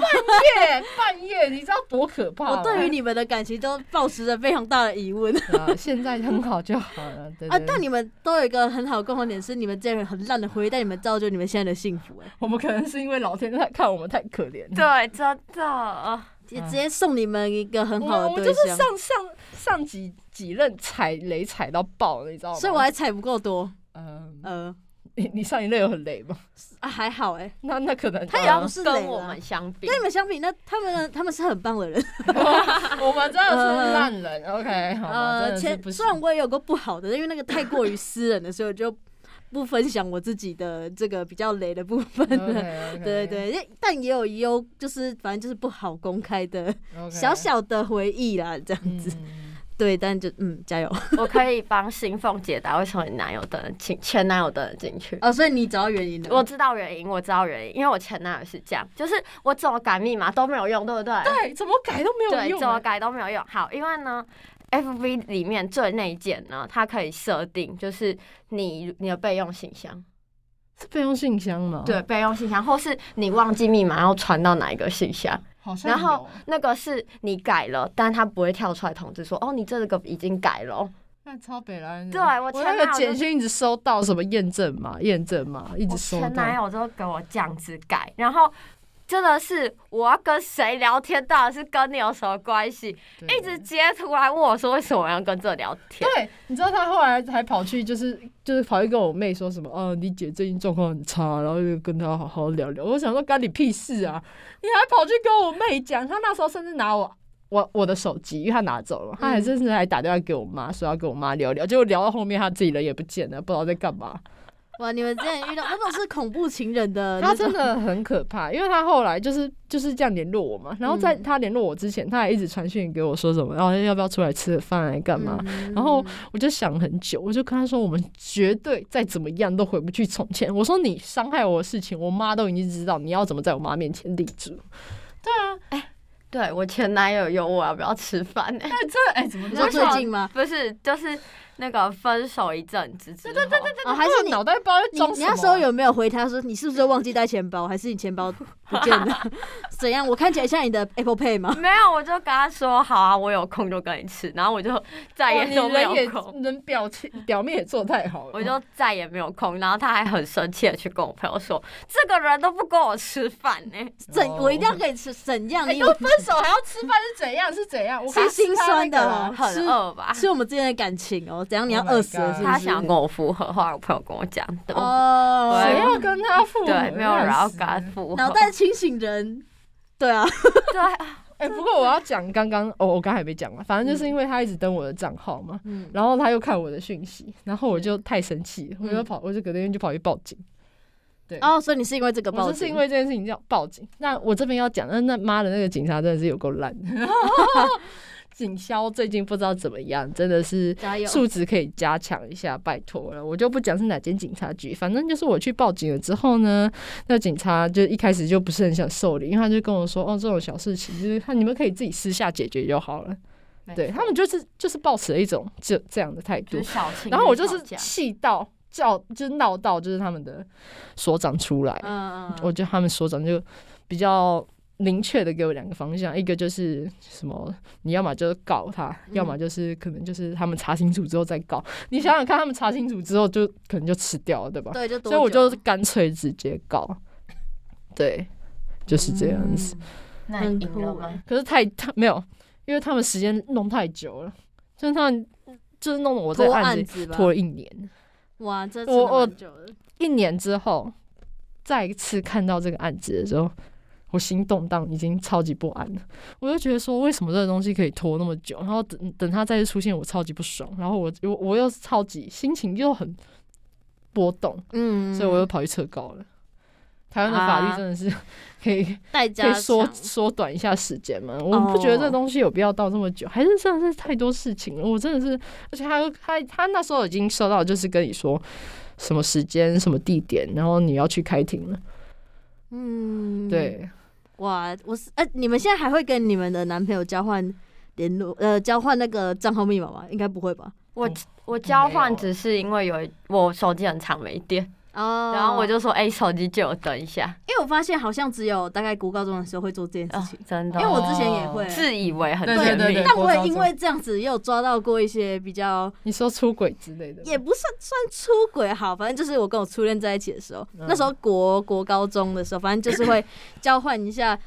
Speaker 2: 夜 半夜，你知道多可怕
Speaker 3: 我
Speaker 2: 吗？
Speaker 3: 哦对于你们的感情都抱持着非常大的疑问
Speaker 2: 啊，现在很好就好了。对
Speaker 3: 啊
Speaker 2: 对。
Speaker 3: 但你们都有一个很好的共同点，是你们这些人很烂的回忆，但你们造就你们现在的幸福、哎，
Speaker 2: 我们可能是因为老天在看我们太可怜了，
Speaker 4: 对，真的，
Speaker 3: 也直接送你们一个很
Speaker 2: 我
Speaker 3: 好
Speaker 2: 们嗯
Speaker 3: 的
Speaker 2: 我们
Speaker 3: 对
Speaker 2: 就是
Speaker 3: 象，
Speaker 2: 上上上几几任踩雷踩到爆了，你知道吗？
Speaker 3: 所以我还踩不够多，
Speaker 2: 嗯，
Speaker 3: 呃，
Speaker 2: 你你上一任有很雷吗？
Speaker 3: 啊还好哎、
Speaker 2: 那那可能
Speaker 3: 他也
Speaker 4: 呃要
Speaker 3: 不是
Speaker 4: 跟
Speaker 3: 雷
Speaker 4: 我
Speaker 3: 啦
Speaker 4: 们相比
Speaker 3: 跟，你们相比，那他们他们是很棒的人，
Speaker 2: 我们真的是烂 人。OK，好吧，真的是
Speaker 3: 呃前
Speaker 2: 不
Speaker 3: 虽
Speaker 2: 行。
Speaker 3: 然我也有过不好的，因为那个太过于私人了，所以我就不分享我自己的这个比较雷的部分 了。
Speaker 2: OK，OK，
Speaker 3: 对对对，但也有优，就是反正就是不好公开的
Speaker 2: OK
Speaker 3: 小小的回忆啦，这样子。
Speaker 2: 嗯
Speaker 3: 对，但就嗯，加油
Speaker 4: 我可以帮新凤解答为什么你男友等得进前男友等得进去。
Speaker 3: 哦。所以你找到原因了，
Speaker 4: 我知道原因，我知道原因，因为我前男友是这样，就是我怎么改密码都没有用，对不对？
Speaker 2: 对，哎怎么改都没有
Speaker 4: 对，
Speaker 2: 用
Speaker 4: 怎么
Speaker 2: 啊。
Speaker 4: 改都没有用。好，因为呢，FB 里面最内建呢，它可以设定就是你你的备用信箱，
Speaker 2: 是备用信箱吗？
Speaker 4: 对，，备用信箱，或是你忘记密码要传到哪一个信箱，
Speaker 2: 好像
Speaker 4: 然后
Speaker 2: 有
Speaker 4: 那个是你改了，但它不会跳出来通知说哦，你这个已经改了哦。
Speaker 2: 那超北蓝人。
Speaker 4: 对我
Speaker 2: 我
Speaker 4: 前
Speaker 2: 那
Speaker 4: 男
Speaker 2: 个
Speaker 4: 友就
Speaker 2: 简讯一直收到什么验证码、验证码，一
Speaker 4: 我
Speaker 2: 直收
Speaker 4: 哦前男
Speaker 2: 到。
Speaker 4: 友都给我这样子改，然后真的是我要跟谁聊天，到底是跟你有什么关系？
Speaker 2: 对
Speaker 4: 一直截图来问我说为什么要跟这聊天？
Speaker 2: 对，你知道他后来还跑去，就是就是跑去跟我妹说什么，哦，你姐最近状况很差，然后就跟她好好聊聊。我想说干你屁事啊！你还跑去跟我妹讲，她那时候甚至拿我我我的手机，因为她拿走
Speaker 3: 嗯
Speaker 2: 了，她还甚至还打电话给我妈，说要跟我妈聊聊。结果聊到后面，她自己人也不见了，不知道在干嘛。
Speaker 3: 哇，你们之前遇到那种是恐怖情人的
Speaker 2: 她
Speaker 3: 呃那
Speaker 2: 真
Speaker 3: 种，
Speaker 2: 的很可怕，因为她后来就是就是这样联络我嘛，然后在
Speaker 3: 嗯
Speaker 2: 她联络我之前，她还一直传讯给我说什么，然后要不要出来吃个饭来干嘛？
Speaker 3: 嗯
Speaker 2: 然后我就想很久，我就跟他说，我们绝对再怎么样都回不去从前。我说你伤害我的事情，我妈都已经知道，你要怎么在我妈面前立足？对啊，
Speaker 4: 对我前男友有我要不要吃饭呢、
Speaker 2: 哎，这哎、怎么
Speaker 3: 你
Speaker 2: 这
Speaker 3: 说
Speaker 4: 那
Speaker 3: 最近吗？
Speaker 4: 不是，就是那个分手一阵子之后，对对对对，
Speaker 3: 哦，还是你
Speaker 2: 脑袋不知道在
Speaker 3: 你
Speaker 2: 装
Speaker 3: 你
Speaker 2: 什么？啊
Speaker 3: 那时候有没有回他说你是不是忘记带钱包，还是你钱包不见 了？怎样？我看起来像你的 Apple Pay
Speaker 2: 哦
Speaker 3: 吗？
Speaker 4: 没有，我就跟他说好啊，我有空就跟你吃，然后我就再
Speaker 2: 哇
Speaker 4: 也
Speaker 2: 你
Speaker 4: 都没
Speaker 2: 人也
Speaker 4: 有空。
Speaker 2: 人表情表面也做太好了，
Speaker 4: 我就再也没有空，然后他还很生气的去跟我朋友说，这个人都不跟我吃饭呢、
Speaker 3: 怎
Speaker 2: 哦
Speaker 3: 我一定要跟你吃怎样？
Speaker 2: 哎
Speaker 3: 你
Speaker 2: 都 分手还要吃饭是怎样？是怎样？我
Speaker 3: 吃心酸的
Speaker 2: 啦
Speaker 3: 哦，
Speaker 4: 很
Speaker 3: 吃
Speaker 4: 饿吧？
Speaker 3: 吃我们之间的感情哦，怎样？你要
Speaker 2: Oh my
Speaker 3: 饿死了是
Speaker 2: God
Speaker 3: 不是？
Speaker 4: 他想要跟我复合，后来我朋友跟我讲的，
Speaker 3: 哦，
Speaker 2: 谁要跟他复合？
Speaker 4: 对，没有人要
Speaker 2: 烂死
Speaker 4: 跟他复合。
Speaker 3: 脑袋清醒人，对啊，
Speaker 4: 对啊，
Speaker 2: 哎、不过我要讲刚刚，哦，我刚才还没讲嘛，反正就是因为他一直登我的账号嘛，然后他又看我的讯息，然后我就太生气了，
Speaker 3: 嗯
Speaker 2: 我就跑，我就隔天就跑去报警。
Speaker 3: 哦，所以你是因为这个
Speaker 2: 我
Speaker 3: 报
Speaker 2: 就
Speaker 3: 警，
Speaker 2: 是因为这件事情要报警。那我这边要讲，那那妈的那个警察真的是有够 烂。警消最近不知道怎么样，真的是
Speaker 3: 加油
Speaker 2: 素质可以加强一下，拜托了。我就不讲是哪间警察局，反正就是我去报警了之后呢，那警察就一开始就不是很想受理，因为他就跟我说：“哦，这种小事情就是看你们可以自己私下解决就好了。对”他们就是就是抱持了一种这这样的态度
Speaker 4: 就是，小情侣吵架，
Speaker 2: 然后我就是嗯气到叫，就是闹到就是他们的所长出来，
Speaker 3: 嗯，嗯
Speaker 2: 我觉得他们所长就比较明确的给我两个方向，一个就是什么，你要么就是告他，要
Speaker 3: 嗯
Speaker 2: 么就是可能就是他们查清楚之后再告。你想想看，他们查清楚之后就可能就吃掉了，对吧？
Speaker 3: 对，就多
Speaker 2: 所以我
Speaker 3: 久啊
Speaker 2: 就干脆直接告，对，就是这样子。
Speaker 4: 那
Speaker 3: 嗯很
Speaker 4: 你赢了
Speaker 3: 酷欸
Speaker 4: 吗？
Speaker 2: 可是太他没有，因为他们时间弄太久了，就是他们就是弄得我这
Speaker 3: 拖
Speaker 2: 个案
Speaker 3: 案
Speaker 2: 子
Speaker 3: 子吧，
Speaker 2: 拖了一年，
Speaker 3: 哇，这
Speaker 2: 我我
Speaker 3: 我久了，
Speaker 2: 一年之后再一次看到这个案子的时候，我心动荡已经超级不安了。我就觉得说，为什么这个东西可以拖那么久？然后等等它再次出现，我超级不爽，然后我我我又超级心情又很波动，
Speaker 3: 嗯，
Speaker 2: 所以我又跑去撤告了。台湾的法律
Speaker 4: 啊
Speaker 2: 真的是可以、
Speaker 3: 代
Speaker 2: 可
Speaker 3: 加
Speaker 2: 以缩
Speaker 3: 强哦
Speaker 2: 缩短一下时间吗？我不觉得这东西有必要到这么久，还是真的是太多事情了。我真的是，而且他他他那时候已经收到，就是跟你说什么时间、什么地点，然后你要去开庭了。
Speaker 3: 嗯，
Speaker 2: 对，
Speaker 3: 哇，我是哎、你们现在还会跟你们的男朋友交换联络呃交换那个账号密码吗？应该不会吧？
Speaker 4: 我
Speaker 2: 嗯
Speaker 4: 我交
Speaker 2: 没
Speaker 4: 换
Speaker 2: 有
Speaker 4: 只是因为有一我手机很长没电，
Speaker 3: 哦
Speaker 4: 然后我，就说，哎、手机借我等一下。
Speaker 3: 因为我发现好像只有大概国高中的时候会做这件
Speaker 4: 哦
Speaker 3: 事情，，
Speaker 4: 真的
Speaker 3: 因
Speaker 4: 哦，
Speaker 3: 为我之前也会，
Speaker 4: 自以为很
Speaker 2: 对
Speaker 4: 甜
Speaker 2: 对
Speaker 4: 蜜，
Speaker 2: 对对
Speaker 3: 但我也因为这样子也有抓到过一些比较，
Speaker 2: 你说出轨之类的吗，
Speaker 3: 也不算算出轨好，反正就是我跟我初恋在一起的时候，
Speaker 2: 嗯
Speaker 3: 那时候国国高中的时候，反正就是会交换一下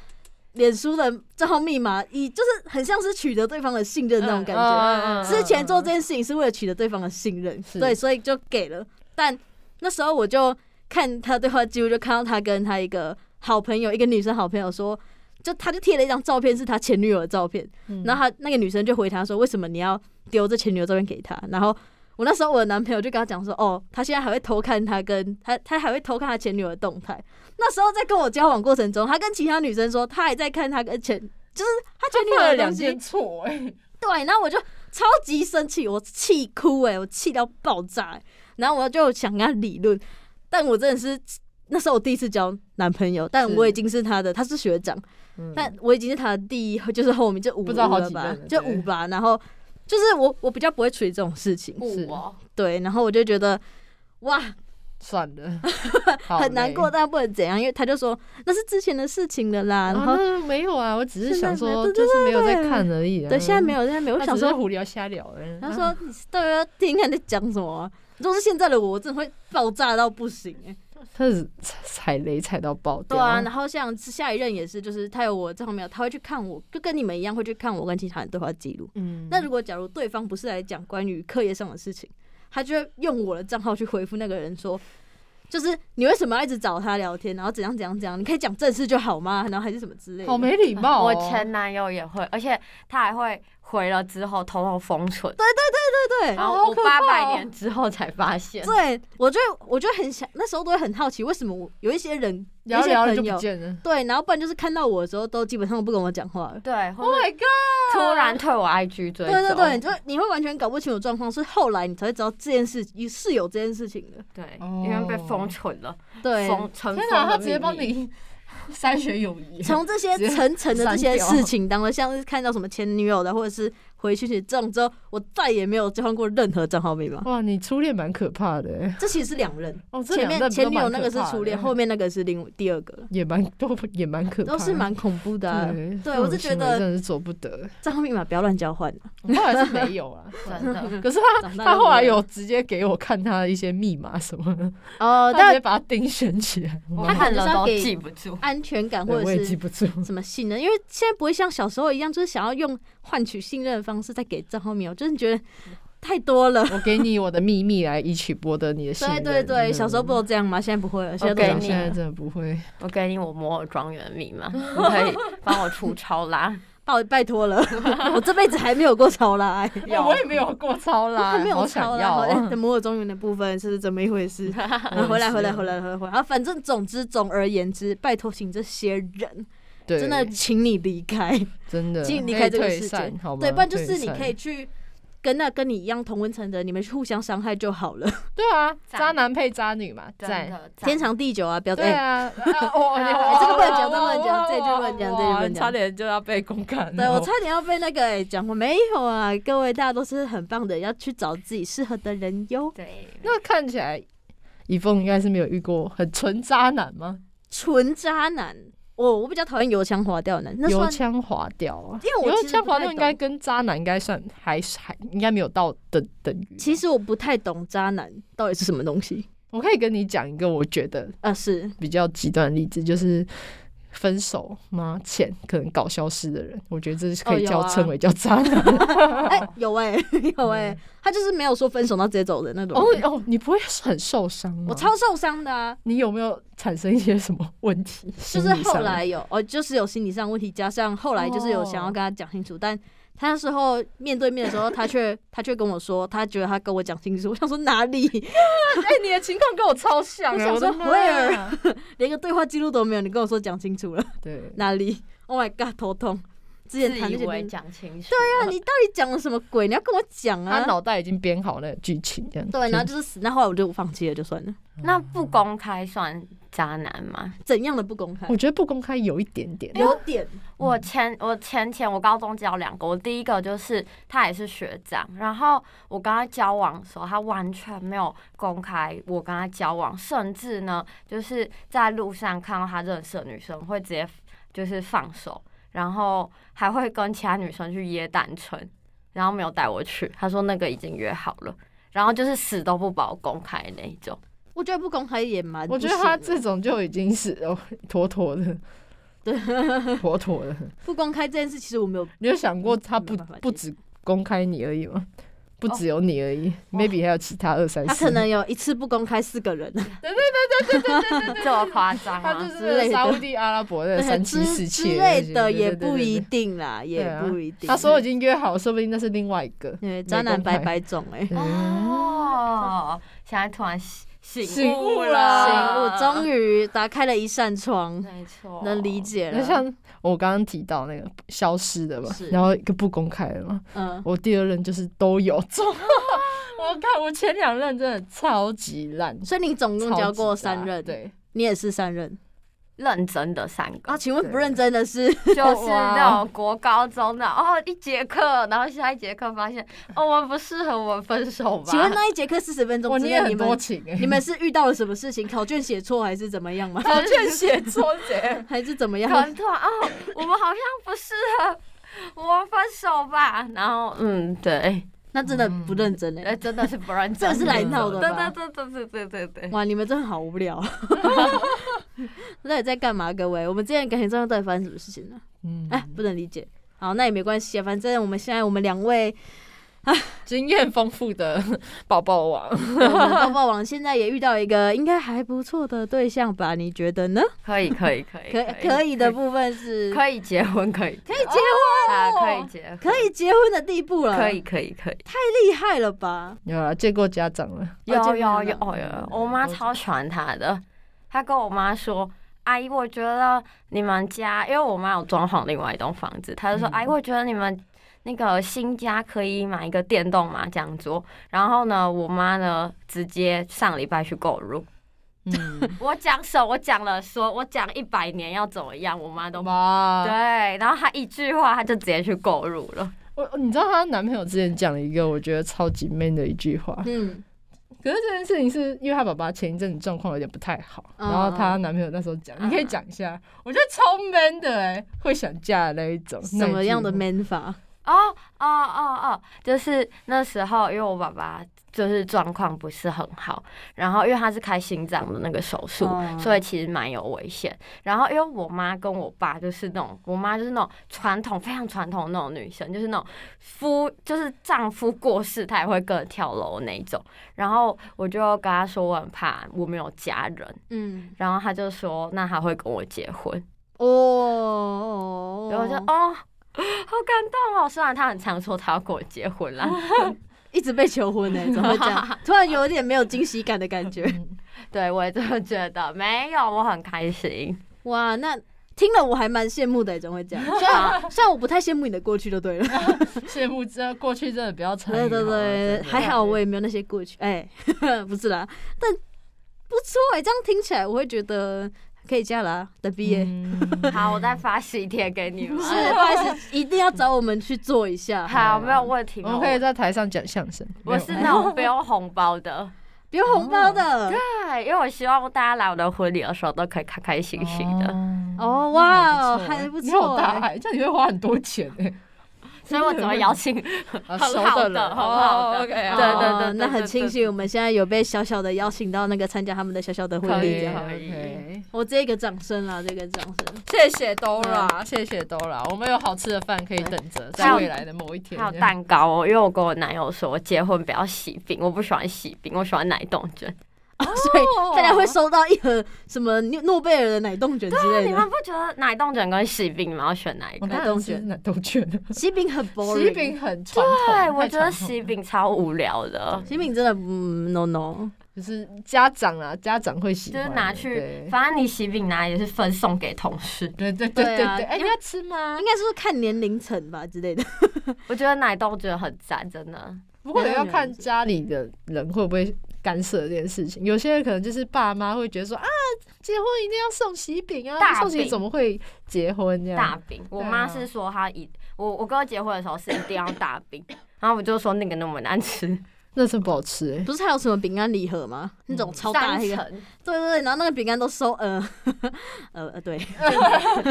Speaker 3: 脸书的账号密码，以就是很像是取得对方的信任那种感觉。啊
Speaker 2: 嗯
Speaker 3: 之前做这件事情是为了取得对方的信任，
Speaker 2: 是
Speaker 3: 对，所以就给了。但那时候我就看他对话记录，就看到他跟他一个好朋友，一个女生好朋友说，就他就贴了一张照片，是他前女友的照片。
Speaker 2: 嗯
Speaker 3: 然后他那个女生就回他说：“为什么你要丢这前女友照片给他？”然后我那时候我的男朋友就跟他讲说：“哦，他现在还会偷看他跟他，他还会偷看他前女友的动态。那时候在跟我交往过程中，他跟其他女生说他还在看他跟前，就是他前女友
Speaker 2: 犯了
Speaker 3: 的
Speaker 2: 两
Speaker 3: 东西
Speaker 2: 件。错哎、
Speaker 3: 对，然后我就超级生气，我气哭哎、我气到爆炸、欸。然后我就想跟他理论，但我真的是那时候我第一次交男朋友，但
Speaker 2: 是
Speaker 3: 我已经是他的，他是学长。
Speaker 2: 嗯
Speaker 3: 但我已经是他的第一，就是后面就五
Speaker 2: 不知道好
Speaker 3: 了
Speaker 2: 几
Speaker 3: 吧
Speaker 2: 任了，
Speaker 3: 就
Speaker 2: 对
Speaker 3: 五吧。然后就是我我比较不会处理这种事情，
Speaker 2: 是
Speaker 4: 不哦，
Speaker 3: 对。然后我就觉得哇
Speaker 2: 算 了，
Speaker 3: 很难过，
Speaker 2: 的。
Speaker 3: 但不能怎样，因为他就说那是之前的事情了啦。然
Speaker 2: 啊，
Speaker 3: 后
Speaker 2: 那没有啊，我只是
Speaker 3: 现在
Speaker 2: 想
Speaker 3: 没
Speaker 2: 说，
Speaker 3: 有对
Speaker 2: 就
Speaker 3: 对
Speaker 2: 是没有在
Speaker 3: 对
Speaker 2: 看而已、啊。
Speaker 3: 对，现在没有，现在没有。我
Speaker 2: 他
Speaker 3: 想
Speaker 2: 只是
Speaker 3: 说，
Speaker 2: 胡聊瞎聊哎、
Speaker 3: 他说你到底要听看在讲什么啊、如果是现在的我，我真的会爆炸到不行哎、
Speaker 2: 他是踩雷踩到爆掉。
Speaker 3: 对啊，然后像下一任也是，就是他有我这方面，他会去看我，就跟你们一样会去看我跟其他人对话记录。
Speaker 2: 嗯
Speaker 3: 那如果假如对方不是来讲关于课业上的事情，他就会用我的账号去回复那个人说，就是你为什么要一直找他聊天，然后怎样怎样怎样，你可以讲正事就好吗？然后还是什么之类的。
Speaker 2: 好没礼貌、哦。
Speaker 4: 我前男友也会，而且他还会回了之后偷偷封存，
Speaker 3: 对
Speaker 4: 然
Speaker 2: 好
Speaker 4: 后我
Speaker 2: 可怕
Speaker 4: 八
Speaker 2: 哦
Speaker 4: 百年之后才发现。
Speaker 3: 对，我就我就很想，那时候都会很好奇，为什么我有一些人有一
Speaker 2: 聊
Speaker 3: 些
Speaker 2: 聊了就
Speaker 3: 朋
Speaker 2: 不
Speaker 3: 友
Speaker 2: 见了。
Speaker 3: 对，然后不然就是看到我的时候都基本上不跟我讲话了。
Speaker 4: 对，或
Speaker 2: Oh
Speaker 4: 者
Speaker 2: my god！
Speaker 4: 突然退我 IG 追
Speaker 3: 对
Speaker 4: 踪，
Speaker 3: 对对，就你会完全搞不清楚状况，是后来你才会知道这件事是有这件事情的。
Speaker 4: 对
Speaker 2: 哦
Speaker 4: 因为被封存了，
Speaker 3: 对，
Speaker 4: 封尘封
Speaker 2: 天
Speaker 4: 的
Speaker 2: 哪，他直接
Speaker 4: 秘密
Speaker 2: 帮你 筛选友谊。
Speaker 3: 从这些层层的这些事情当中，像是看到什么前女友的，或者是回讯息这种之后，我再也没有交换过任何账号密码。
Speaker 2: 哇，你初恋蛮可怕的、欸、
Speaker 3: 这其实是两人，
Speaker 2: 哦，这两
Speaker 3: 前面
Speaker 2: 任
Speaker 3: 前
Speaker 2: 都
Speaker 3: 女
Speaker 2: 蛮
Speaker 3: 友那个是
Speaker 2: 可怕
Speaker 3: 初恋，
Speaker 2: 的
Speaker 3: 后面那个是另第二个了，
Speaker 2: 也蛮都也蛮可怕
Speaker 3: 都
Speaker 2: 的，
Speaker 3: 是蛮恐怖的啊、
Speaker 2: 对，
Speaker 3: 对
Speaker 2: 这种
Speaker 3: 我是觉得
Speaker 2: 行为真的是做不得。
Speaker 3: 账号密码不要乱 交换、啊。
Speaker 2: 我后来是没有 啊，
Speaker 4: 真的。
Speaker 2: 可是他
Speaker 3: 长大就
Speaker 2: 他
Speaker 3: 不
Speaker 2: 后来
Speaker 3: 会了
Speaker 2: 有直接给我看他的一些密码什么的，他
Speaker 3: 哦，
Speaker 2: 直
Speaker 3: 但
Speaker 2: 接把它盯选起来。
Speaker 4: 我
Speaker 2: 哇
Speaker 3: 可
Speaker 4: 看
Speaker 3: 能
Speaker 4: 了
Speaker 3: 是要
Speaker 4: 都
Speaker 3: 给
Speaker 4: 记不住，
Speaker 3: 安全感
Speaker 2: 对
Speaker 3: 或
Speaker 2: 我
Speaker 3: 者
Speaker 2: 也记
Speaker 3: 是
Speaker 2: 不住。
Speaker 3: 什么信任，因为现在不会像小时候一样，就是想要用换取信任的方式在给账号密码，就是觉得太多了。
Speaker 2: 我给你我的秘密来以取博得你的信
Speaker 3: 对
Speaker 2: 任。
Speaker 3: 对对，小时候不都
Speaker 2: 嗯，
Speaker 3: 这样吗？现在不会了，现在都
Speaker 4: 给
Speaker 2: 对
Speaker 3: 长
Speaker 4: 你
Speaker 2: 现
Speaker 3: 大
Speaker 2: 在
Speaker 3: 了
Speaker 2: 真的不会。
Speaker 4: 我给你我摩尔庄园的密码，你可以帮我出超啦。
Speaker 3: 拜拜托了，我这辈子还没有过潮啦、 哎
Speaker 4: 有
Speaker 2: 我也没有过超
Speaker 3: 我
Speaker 2: 啦，
Speaker 3: 还没有
Speaker 2: 好想
Speaker 3: 超
Speaker 2: 要哦
Speaker 3: 啦，哎，等摩尔庄园的部分是怎么一回事？ 啊回来回来回来回来回来，啊，反正总之总而言之，拜托请这些人
Speaker 2: 对，
Speaker 3: 真的请你离开，
Speaker 2: 真的，
Speaker 3: 请离开这个
Speaker 2: 可以
Speaker 3: 世
Speaker 2: 退
Speaker 3: 界
Speaker 2: 散好，吗？
Speaker 3: 对，不然就是
Speaker 2: 退
Speaker 3: 你
Speaker 2: 散
Speaker 3: 可以去跟那跟你一样同温层的，你们去互相伤害就 好了，
Speaker 2: 对啊，
Speaker 4: 赞
Speaker 2: 渣男配渣女嘛，
Speaker 4: 真
Speaker 2: 赞。
Speaker 4: 的
Speaker 3: 天长地久啊，不要
Speaker 2: 对
Speaker 3: 哎
Speaker 2: 啊，啊我
Speaker 4: 哎这个
Speaker 3: 不能讲这个不能讲这句不能讲这句不能讲
Speaker 2: 差点就要被公干了。
Speaker 3: 嗯对我差点要被那个哎讲话没有啊，各位大家都是很棒的，要去找自己适合的人哟。
Speaker 4: 对，
Speaker 2: 那看起来，以凤应该是没有遇过很纯渣男吗？
Speaker 3: 纯渣男，哦我我比较讨厌油腔滑调的男，那
Speaker 2: 油
Speaker 3: 算
Speaker 2: 腔滑调啊，
Speaker 3: 因为我
Speaker 2: 油
Speaker 3: 其实
Speaker 2: 腔
Speaker 3: 不
Speaker 2: 滑
Speaker 3: 太
Speaker 2: 调应该
Speaker 3: 懂
Speaker 2: 跟渣男应该算还还应该没有到等等于。
Speaker 3: 其，实我不太懂渣男到底是什么东 西。
Speaker 2: 我可以跟你讲一个我觉得
Speaker 3: 啊，是
Speaker 2: 比较极端的例子，就是分手吗前可能搞消失的人，我觉得这是可
Speaker 3: 哦
Speaker 2: 以
Speaker 3: 有
Speaker 2: 叫、
Speaker 3: 啊
Speaker 2: 称为叫渣男。
Speaker 3: 哎、有哎、 有哎、他就是没有说分手，然后直接走的那种。
Speaker 2: 嗯哦哦，你不会很受伤吗？
Speaker 3: 我超受伤的啊！
Speaker 2: 你有没有产生一些什么问题？
Speaker 3: 就
Speaker 2: 就是
Speaker 3: 后来有哦，就是有心理上问题，加上后来就是有想要
Speaker 2: 哦
Speaker 3: 跟他讲清楚，但他那时候面对面的时候，他却他却跟我说，他觉得他跟我讲清楚，我想说哪里，
Speaker 2: 哎、你的情况跟我超像
Speaker 3: 我
Speaker 2: 欸
Speaker 3: 想
Speaker 2: 我的
Speaker 3: 说
Speaker 2: 妈
Speaker 3: where？
Speaker 2: 呀
Speaker 3: 连个对话记录都没有，你跟我说讲清楚了，
Speaker 2: 对，
Speaker 3: 哪里？Oh my god，头痛，之前
Speaker 4: 自
Speaker 3: 谈那
Speaker 4: 以
Speaker 3: 些
Speaker 4: 为
Speaker 3: 东西，
Speaker 4: 讲清楚。
Speaker 3: 对啊，你到底讲了什么鬼？你要跟我讲
Speaker 2: 他
Speaker 3: 啊！
Speaker 2: 脑袋已经编好那个剧情这样子。
Speaker 3: 对，然后就是死，那后来我就放弃了，就算了。
Speaker 4: 那不公开算渣男吗？
Speaker 3: 怎样的不公开？
Speaker 2: 我觉得不公开有一点点，
Speaker 3: 有点
Speaker 4: 我
Speaker 2: 嗯
Speaker 4: 前我前前我高中交两个，我第一个就是他也是学长，然后我跟他交往的时候，他完全没有公开我跟他交往，甚至呢就是在路上看到他认识的女生会直接就是放手，然后还会跟其他女生去约单纯，然后没有带我去，他说那个已经约好了，然后就是死都不把我公开那一种。
Speaker 3: 我觉得不公开也蛮不
Speaker 2: 我
Speaker 3: 行
Speaker 2: 觉
Speaker 3: 的，
Speaker 2: 得他这种就已经是哦，妥妥的，对， 妥妥的。
Speaker 3: 不公开这件事，其实我没有
Speaker 2: 你有想过他不
Speaker 3: 嗯没办法
Speaker 2: 不
Speaker 3: 接
Speaker 2: 只公开你而已吗？不只有你而已、m a y b e 还有其他二三
Speaker 3: 哦他
Speaker 2: 四。
Speaker 3: 可能有一次不公开四个人，
Speaker 4: 这么夸张
Speaker 2: 他就
Speaker 4: 吗？
Speaker 2: 是
Speaker 3: 啊
Speaker 2: 那
Speaker 3: 之
Speaker 2: 个
Speaker 3: 类的
Speaker 2: 沙烏地阿拉伯的三妻四
Speaker 3: 之
Speaker 2: 妾
Speaker 3: 之
Speaker 2: 那
Speaker 3: 类
Speaker 2: 些
Speaker 3: 的
Speaker 2: 对
Speaker 3: 也
Speaker 2: 对对
Speaker 3: 不
Speaker 2: 对
Speaker 3: 一
Speaker 2: 对
Speaker 3: 定啦，也
Speaker 2: 对啊
Speaker 3: 不一定。嗯
Speaker 2: 他说已经约好，说不定那是另外一个。嗯
Speaker 3: 对，渣男百百种哎、欸，
Speaker 4: 嗯哦，现在突然醒
Speaker 2: 醒悟
Speaker 4: 悟
Speaker 2: 了
Speaker 3: 行，我
Speaker 4: 了，
Speaker 3: 终于打开了一扇窗，
Speaker 4: 没错，
Speaker 3: 能理解
Speaker 2: 那
Speaker 3: 了。
Speaker 2: 像我刚刚提到那个消失的嘛
Speaker 3: 啊是，
Speaker 2: 然后一个不公开的嘛，
Speaker 3: 嗯，
Speaker 2: 我第二任就是都有 中。我看我前两任真的超级烂，
Speaker 3: 所以你总共
Speaker 2: 超
Speaker 3: 交
Speaker 2: 级
Speaker 3: 过
Speaker 2: 烂
Speaker 3: 三任，，
Speaker 2: 对，
Speaker 3: 你也是三任
Speaker 4: 认真的三个
Speaker 3: 啊？，请问不
Speaker 2: 对
Speaker 3: 认真的是
Speaker 4: 就是那种国高中的哦，一节课，然后下一节课发现哦，我们不适合，我们分手吧。
Speaker 3: 请问那一节课四十分钟
Speaker 2: 我
Speaker 3: 之
Speaker 2: 你也
Speaker 3: 内，你
Speaker 2: 很多
Speaker 3: 们
Speaker 2: 情哎、
Speaker 3: 你们是遇到了什么事情？考卷写错还是怎么样吗？
Speaker 2: 考卷写错谁？
Speaker 3: 还是怎么
Speaker 4: 可
Speaker 3: 样？
Speaker 4: 能突然哦，我们好像不适合，我们分手吧。然后嗯，对，
Speaker 3: 那真的不认真哎、
Speaker 4: 哎，真的是不认
Speaker 3: 这
Speaker 4: 真，
Speaker 3: 个是来闹的
Speaker 4: 对
Speaker 3: 吧？
Speaker 4: 对对对对对对对。
Speaker 3: 哇，你们真的好无聊。到底在干嘛，各位？我们之前感情状况到底发生什么事情呢？
Speaker 2: 嗯，
Speaker 3: 哎，不能理解。好，那也没关系啊，反正我们现在我们两位
Speaker 2: 经验丰富的宝宝王，
Speaker 3: 我们抱抱网现在也遇到一个应该还不错的对象吧？你觉得呢？
Speaker 4: 可以可以可以
Speaker 3: 可可以的部分是
Speaker 4: 可以结婚，可以可以
Speaker 3: 结
Speaker 4: 婚啊，可以结婚，
Speaker 3: 可以结婚的地步了，
Speaker 4: 可以可以可以。
Speaker 3: 厉害了吧？
Speaker 2: 有啦，见过家长了，
Speaker 4: 有
Speaker 3: 哦
Speaker 4: 有
Speaker 3: 见面
Speaker 4: 有
Speaker 3: 了
Speaker 4: 有有，我妈超喜欢他的。她跟我妈说：“阿姨，我觉得你们家，因为我妈有装潢另外一栋房子，她就说：‘
Speaker 2: 嗯
Speaker 4: 阿姨，我觉得你们那个新家可以买一个电动麻将桌。’然后呢，我妈呢直接上礼拜去购入。
Speaker 2: 嗯，
Speaker 4: 我讲什么？我讲了说，我讲一百年要怎么样，我妈都
Speaker 2: 哇，
Speaker 4: 对。然后她一句话，她就直接去购入了。
Speaker 2: 我你知道她男朋友之前讲了一个我觉得超级 man 的一句话，
Speaker 3: 嗯，
Speaker 2: 可是这件事情是因为她爸爸前一阵子状况有点不太好，
Speaker 3: 嗯
Speaker 2: 然后她男朋友那时候讲，
Speaker 4: 嗯
Speaker 2: 你可以讲一下，我觉得超 man 的哎、会想嫁的那一种，
Speaker 3: 什么样的
Speaker 2: 那一句
Speaker 3: man 法？
Speaker 4: 哦哦哦哦，就是那时候，因为我爸爸就是状况不是很好，然后因为他是开心脏的那个手术，
Speaker 3: 哦
Speaker 4: 所以其实蛮有危险。然后因为我妈跟我爸就是那种，我妈就是那种传统非常传统的那种女生，就是那种夫就是丈夫过世，她也会跟着跳楼那一种。然后我就跟他说我很怕我没有家人，
Speaker 3: 嗯，
Speaker 4: 然后他就说那他会跟我结婚。
Speaker 3: 哦，
Speaker 4: 然后我就哦，好感动哦。虽然他很常说他要跟我结婚啦，
Speaker 3: 一直被求婚呢、怎么会这 样？突然有点没有惊喜感的感觉。
Speaker 4: 嗯对我也这么觉得。没有，我很 开心。
Speaker 3: 哇，那听了我还蛮羡慕的，怎么会 这样？虽然虽然我不太羡慕你的过去就对了，
Speaker 2: 羡慕真过去真的不要
Speaker 4: 哎
Speaker 2: 参与
Speaker 3: 对
Speaker 2: 好吗，
Speaker 3: 对对，
Speaker 2: 真的
Speaker 3: 还好我也没有那些过去，哎、 不是啦，但不错哎、这样听起来我会觉得可以嫁啦、等毕业。
Speaker 2: 嗯
Speaker 4: 好，我再发喜帖给你
Speaker 3: 不
Speaker 4: 们。
Speaker 3: 是，不好意思，一定要找我们去做一下，
Speaker 4: 好，没有问题。
Speaker 2: 我们可以在台上讲相声，
Speaker 4: 我是那种不用红包的，
Speaker 3: 不用红包
Speaker 4: 哦
Speaker 3: 的。
Speaker 4: 对，因为我希望大家来我的婚礼的时候都可以开开心心的，
Speaker 2: 的
Speaker 3: 哦，哇，
Speaker 2: 不错
Speaker 3: 还不
Speaker 2: 你好
Speaker 3: 错
Speaker 2: 大
Speaker 3: 欸，
Speaker 2: 爱，这样你会花很多钱哎、
Speaker 4: 所以我怎么邀 请？对
Speaker 2: 啊
Speaker 4: 很
Speaker 2: 熟
Speaker 4: 好
Speaker 2: 的
Speaker 4: 的
Speaker 2: 人，
Speaker 4: 很好的
Speaker 2: 哦，OK，
Speaker 4: 对
Speaker 2: 好
Speaker 4: 对对
Speaker 3: 哦
Speaker 4: 对
Speaker 3: 那很
Speaker 4: 对
Speaker 3: 庆
Speaker 4: 对
Speaker 3: 幸我们现在有被小小的邀请到那个参加他们的小小的婚
Speaker 2: 可
Speaker 3: 礼，
Speaker 2: 以
Speaker 3: 这样
Speaker 4: 可以啊
Speaker 2: ，OK
Speaker 3: 我这个掌声啦，这个掌声，
Speaker 2: 谢谢 Dora，谢谢 Dora，我们有好吃的饭可以等着，在未来的某一天。
Speaker 4: 还有蛋糕哦，因为我跟我男友说，我结婚不要喜饼，我不喜欢喜饼，我喜欢奶冻卷。 哦
Speaker 3: 所以大家会收到一盒什么诺贝尔的奶冻卷之类
Speaker 4: 啊你们
Speaker 3: 的。
Speaker 4: 不觉得奶冻卷跟喜饼你们要选哪一
Speaker 2: 我
Speaker 4: 个？
Speaker 2: 奶冻卷，奶冻卷，
Speaker 3: 喜饼很 boring，
Speaker 2: 喜饼很传统，
Speaker 4: 对，
Speaker 2: 太
Speaker 4: 我觉得
Speaker 2: 传统
Speaker 4: 喜
Speaker 2: 了
Speaker 4: 饼超无聊的，
Speaker 3: 喜饼真的嗯 no no，
Speaker 2: 就是家长啊，家长会喜
Speaker 4: 就
Speaker 2: 欢
Speaker 4: 是
Speaker 2: 的，
Speaker 4: 拿去，
Speaker 2: 对
Speaker 4: 反正你喜饼拿也是分送给 同事。
Speaker 2: 对对对对
Speaker 3: 对啊
Speaker 2: 对，哎，你要吃吗
Speaker 3: 应？该是看年龄层吧之类的。
Speaker 4: 我觉得奶冻卷很赞，真的。
Speaker 2: 不过也要看家里的人会不会干涉这件事情。有些人可能就是爸妈会觉得说啊，结婚一定要送喜饼啊，
Speaker 4: 大
Speaker 2: 不送喜饼
Speaker 4: 饼
Speaker 2: 怎么会结婚这
Speaker 4: 大
Speaker 2: 样？
Speaker 4: 饼，我
Speaker 2: 对
Speaker 4: 妈
Speaker 2: 啊
Speaker 4: 是说她一我我哥结婚的时候是一定要大饼，然后我就说那个那么难吃，
Speaker 2: 那真不好吃哎、
Speaker 3: 不是还有什么饼干礼盒吗？那种超大
Speaker 4: 三
Speaker 3: 一个，
Speaker 4: 层，
Speaker 3: 对对对，然后那个饼干都收呃 呃呃，对，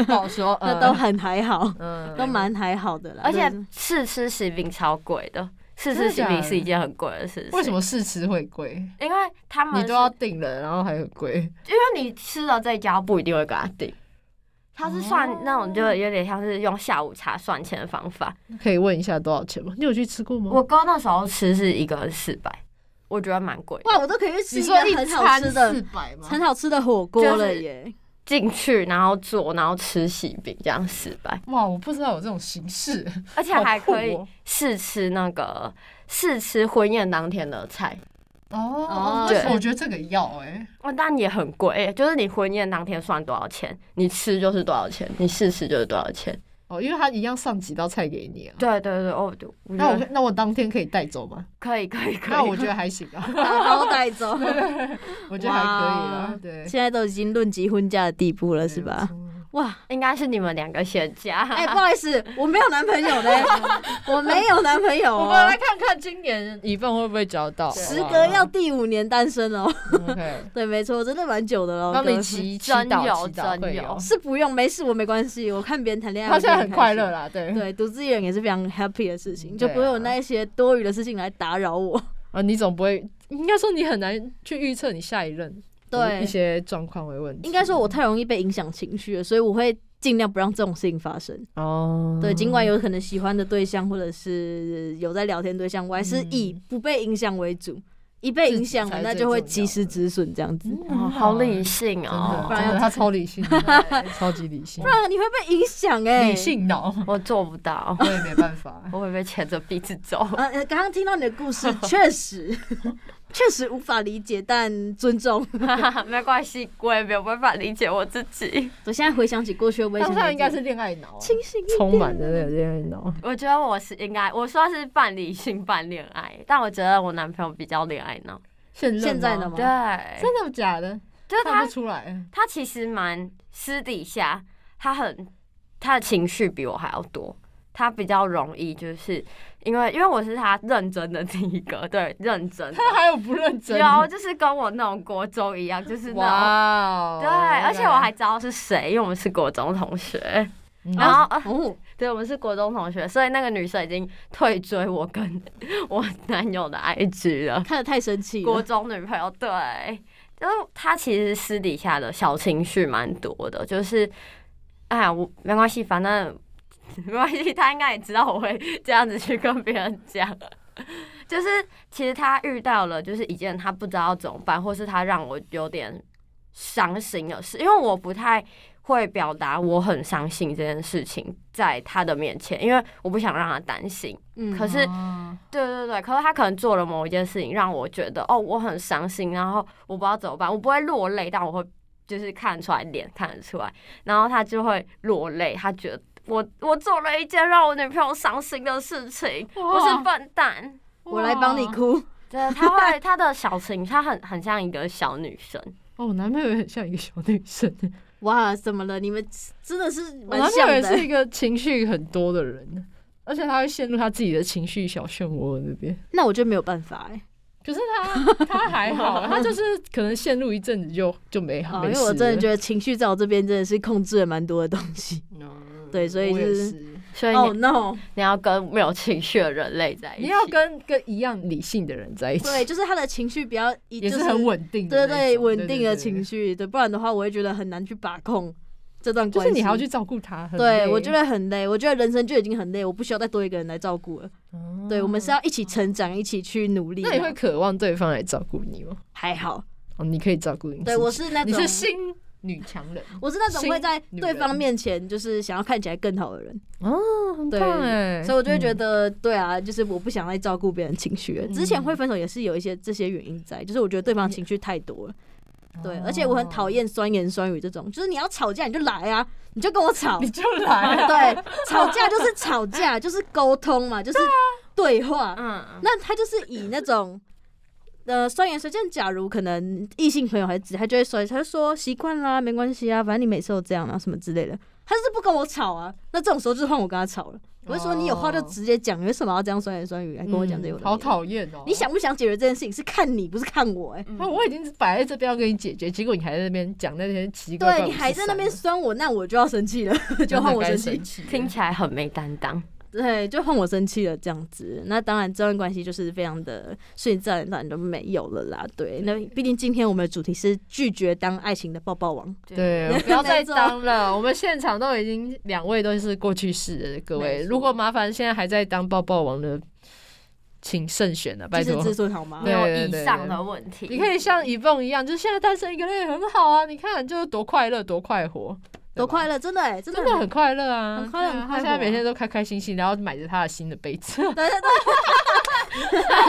Speaker 2: 不好说，
Speaker 4: 呃
Speaker 3: 那都很还好，
Speaker 2: 嗯
Speaker 3: 都蛮还好的啦。
Speaker 4: 嗯而且
Speaker 3: 但是
Speaker 4: 试吃喜饼超贵的，试
Speaker 2: 真
Speaker 4: 吃
Speaker 2: 的
Speaker 4: 喜
Speaker 2: 假
Speaker 4: 饼
Speaker 2: 的
Speaker 4: 是一件很贵的事情。
Speaker 2: 为什？么试吃会贵？
Speaker 4: 因为他们
Speaker 2: 你
Speaker 4: 是
Speaker 2: 都要定了，然后还很贵。
Speaker 4: 因为你吃了这一家不一定会给他订，他是
Speaker 2: 哦
Speaker 4: 算那种就有点像是用下午茶算钱的方法。
Speaker 2: 可以问一下多少钱吗？你有去吃过吗？
Speaker 4: 我哥那时候吃是一个四百，我觉得蛮贵的。
Speaker 3: 哇，我都可以去吃
Speaker 2: 你
Speaker 3: 一
Speaker 2: 说
Speaker 3: 个
Speaker 2: 一
Speaker 3: 很好
Speaker 2: 餐
Speaker 3: 吃
Speaker 2: 四
Speaker 3: 的、
Speaker 2: 百吗？
Speaker 3: 很好吃的火锅
Speaker 4: 就
Speaker 3: 了
Speaker 4: 是
Speaker 3: 耶。
Speaker 4: 进去然后坐，然后吃喜饼这样四百，哦
Speaker 2: 哇，我不知道有这种形式，
Speaker 4: 而且还可以
Speaker 2: 好酷
Speaker 4: 试吃那个试吃婚宴当天的菜。
Speaker 2: 哦。哦，
Speaker 4: 对
Speaker 2: 但是我觉得这个要哎、
Speaker 4: 哦，但也很贵耶，就是你婚宴当天算多少钱，你吃就是多少钱，你试吃就是多少钱。
Speaker 2: 哦，因为他一样上几道菜给你啊。
Speaker 4: 对对对，哦，我
Speaker 2: 那
Speaker 4: 觉
Speaker 2: 我
Speaker 4: 得
Speaker 2: 那我当天可以带走吗？
Speaker 4: 可以可以可以。
Speaker 2: 那我觉得还行啊，
Speaker 3: 打包带走。
Speaker 2: 我觉得还可以
Speaker 3: 哇
Speaker 2: 啊。对，
Speaker 3: 现在都已经论及婚嫁的地步了，是吧？哇，
Speaker 4: 应该是你们两个先加。
Speaker 3: 哎、不好意思，我没有男朋 友嘞，我没有男朋友
Speaker 2: 我们
Speaker 3: 哦
Speaker 2: 来，看看今年一份会不会交到，
Speaker 3: 时隔要第五年单身哦。
Speaker 2: OK，
Speaker 3: 对，没错，真的蛮久的了。
Speaker 2: 帮你
Speaker 3: 哥
Speaker 2: 祈祈
Speaker 4: 真有
Speaker 2: 祷祈祷
Speaker 4: 真
Speaker 2: 会
Speaker 4: 有
Speaker 2: 有。
Speaker 3: 是不用，没事，我没关系，我看别人谈恋爱，
Speaker 2: 他现在
Speaker 3: 我
Speaker 2: 很
Speaker 3: 觉得
Speaker 2: 快乐
Speaker 3: 开
Speaker 2: 啦，对
Speaker 3: 心。。对，独自一人也是非常 happy 的事情，就
Speaker 2: 对啊
Speaker 3: 不会有那一些多余的事情来打扰我。
Speaker 2: 啊，你总不会，应该说你很难去预测你下一任
Speaker 3: 对
Speaker 2: 一，些状况为问题。
Speaker 3: 应该说我太容易被影响情绪了，所以我会尽量不让这种事情发生。
Speaker 2: 哦，
Speaker 3: 对，尽管有可能喜欢的对象或者是有在聊天对象，我还是以不被影响为主。一被影响
Speaker 2: 自己才是
Speaker 3: 了，那
Speaker 2: 最
Speaker 3: 就会
Speaker 2: 重要
Speaker 3: 及时
Speaker 2: 的
Speaker 3: 止损这样子。
Speaker 2: 嗯
Speaker 4: 哦， 好理性
Speaker 2: 真的，
Speaker 4: 哦
Speaker 3: 不，然
Speaker 2: 真
Speaker 3: 要
Speaker 2: 的他超理 性的，超级理性
Speaker 3: 不，然你会被影响哎、
Speaker 2: 理。性 脑，
Speaker 4: 我做不到，
Speaker 2: 我也没办法。
Speaker 4: 我会被牵着鼻子走。
Speaker 3: 呃呃，刚刚听到你的故 事，确实确实无法理解，但尊重。
Speaker 4: 没关系，我也没有办法理解我自 己。
Speaker 3: 我现在回想起过去，我也
Speaker 2: 当
Speaker 3: 想
Speaker 2: 下应该是恋爱脑啊，
Speaker 3: 清醒一点，
Speaker 2: 充满着那个恋爱脑。
Speaker 4: 我觉得我是应该，我算是半理性半恋爱，但我觉得我男朋友比较恋爱脑。
Speaker 2: 现
Speaker 3: 现在的
Speaker 2: 呢？
Speaker 3: 吗？
Speaker 4: 对，
Speaker 2: 真的假的？
Speaker 4: 就是
Speaker 2: 看
Speaker 4: 他
Speaker 2: 不，出来。
Speaker 4: 他其实蛮私底下，他很他的情绪比我还要多。他比较容易，就是因为因为我是他认真的第一个，对， 认真的。
Speaker 2: 他还有不认真的，
Speaker 4: 有就是跟我那种国中一样，就是那种
Speaker 2: 哇哦，
Speaker 4: 对，而且我还知道是谁，因为我们是国中同学。
Speaker 2: 嗯
Speaker 4: 然后，呃
Speaker 3: 哦，
Speaker 4: 对，我们是国中同学，所以那个女生已经退追我跟 我男友的 IG 了。
Speaker 3: 看得太生气
Speaker 4: 国
Speaker 3: 了。
Speaker 4: 中女朋友，对，就是她其实私底下的小情绪蛮多的，就是，哎呀，我没关系，反正没关系，她应该也知道我会这样子去跟别人讲。就是其实她遇到了就是一件她不知道怎么办，或是她让我有点伤心的事，因为我不太会表达我很伤心这件事情在她的面前，因为我不想让她担心。
Speaker 3: 嗯
Speaker 4: 可是对对对，可是他可能做了某一件事情，让我觉得哦，我很伤心，然后我不知道怎么办，我不会落泪，但我会就是看得出来脸看得出来，然后他就会落泪，他觉得我我做了一件让我女朋友伤心的事情，我是笨蛋。
Speaker 3: 我来帮你
Speaker 2: 哭。
Speaker 3: 哭，
Speaker 4: 对，他会他的小情，他很很像一个小女生，
Speaker 2: 哦，我男朋友也很像一个小女生，
Speaker 3: 哇，怎么了？你们真的是
Speaker 2: 我
Speaker 3: 蛮
Speaker 2: 男朋
Speaker 3: 像
Speaker 2: 友也
Speaker 3: 的、
Speaker 2: 是一个情绪很多的人，而且他会陷入他自己的情绪小漩涡那边。
Speaker 3: 那我就没有办 法哎、
Speaker 2: 可是他他还好，啊 他就是可能陷入一阵子就就没好、
Speaker 3: 啊，
Speaker 2: 没
Speaker 3: 因
Speaker 2: 事
Speaker 3: 为
Speaker 2: 了。
Speaker 3: 我真的觉得情绪在我这边真的是控制了蛮多的东 西。
Speaker 2: 嗯
Speaker 3: 对所以
Speaker 2: 我
Speaker 3: 就
Speaker 2: 也
Speaker 3: 是
Speaker 2: 是
Speaker 4: 所以你、
Speaker 3: 哦、no！
Speaker 4: 你要跟没有情绪的人类在一起，
Speaker 2: 你要跟跟一样理性的人在一起，
Speaker 3: 对，就是他的情绪比较一
Speaker 2: 也
Speaker 3: 就是
Speaker 2: 很，稳定
Speaker 3: 对
Speaker 2: 的那种，
Speaker 3: 对，稳定的
Speaker 2: 绪。对
Speaker 3: 情绪，对，不然的话我会觉得很难去把控这段
Speaker 2: 就
Speaker 3: 关系。
Speaker 2: 是你还要去照顾他。很
Speaker 3: 对，
Speaker 2: 累
Speaker 3: 我觉，得很累，我觉得人生就已经很累，我不需要再多一个人来照顾了。
Speaker 2: 哦
Speaker 3: 对，我们是要一起成长，一起去努力。
Speaker 2: 那你会渴望对方来照顾你吗？
Speaker 3: 还好？
Speaker 2: 哦，你可以照顾你自己。
Speaker 3: 对我是那
Speaker 2: 你
Speaker 3: 种
Speaker 2: 是，新女强人
Speaker 3: 我是那种会在
Speaker 2: 新女
Speaker 3: 对
Speaker 2: 人
Speaker 3: 方面前就是想要看起来更好的人，
Speaker 2: 哦，很
Speaker 3: 对
Speaker 2: 棒哎，
Speaker 3: 所以我就会觉
Speaker 2: 得
Speaker 3: 得，对啊，就是我不想再照顾别人情绪了。之前会分手也是有一些这些原因在，就是我觉得对方情绪太多了，对，而且我很讨厌酸言酸语这种，就是你要吵架你就来啊，你就跟我吵
Speaker 2: 你，就来 了，
Speaker 3: 对，吵架就是吵架，就是沟通嘛，就是对话。
Speaker 4: 嗯，
Speaker 3: 那他就是以那种。呃，酸言酸语，像假如可能异性朋友还是只，他就会说，他就说习惯啦，没关系啊，反正你每次都这样啊，什么之类的。他就是不跟我吵啊，那这种时候就是换我跟他吵了。我就说你有话就直接讲，你为什么要这样酸言酸语来跟我讲这个
Speaker 2: 嗯
Speaker 3: 东西？
Speaker 2: 好讨厌哦！
Speaker 3: 你想不想解决这件事情是看你，不是看我哎、
Speaker 4: 嗯
Speaker 3: 欸
Speaker 2: 那哦我已经摆在这边要跟你解决，结果你还在那边讲那些奇怪怪
Speaker 3: 对你还在那边酸我，那我就要生气了， 就换我生气。
Speaker 2: 气
Speaker 4: 嗯听起来很没担当。
Speaker 3: 对，就换我生气了这样子。那当然，这段关系就是非常的顺其自然，当然就没有了啦。对，那毕竟今天我们的主题是拒绝当爱情的抱抱王，
Speaker 2: 对，不要再当了。我们现场都已经两位都是过去式的各位，
Speaker 3: 没错
Speaker 2: 如果麻烦现在还在当抱抱王的，请慎选了，拜
Speaker 3: 就是
Speaker 2: 托。
Speaker 3: 自尊好吗
Speaker 4: 没
Speaker 2: 对？
Speaker 4: 有以上的问题，
Speaker 2: 你可以像一凤一样，就现在单身一个人也很好啊！你看，就是多快乐，多快活，
Speaker 3: 多快
Speaker 2: 乐，
Speaker 3: 乐，真的哎、真的
Speaker 2: 真的很快乐啊！
Speaker 3: 很快乐
Speaker 2: 对啊
Speaker 3: 很快
Speaker 2: 他
Speaker 3: 活
Speaker 2: 现在每天都开开心心，然后买着他的新的杯 子。
Speaker 3: 对对对。哎、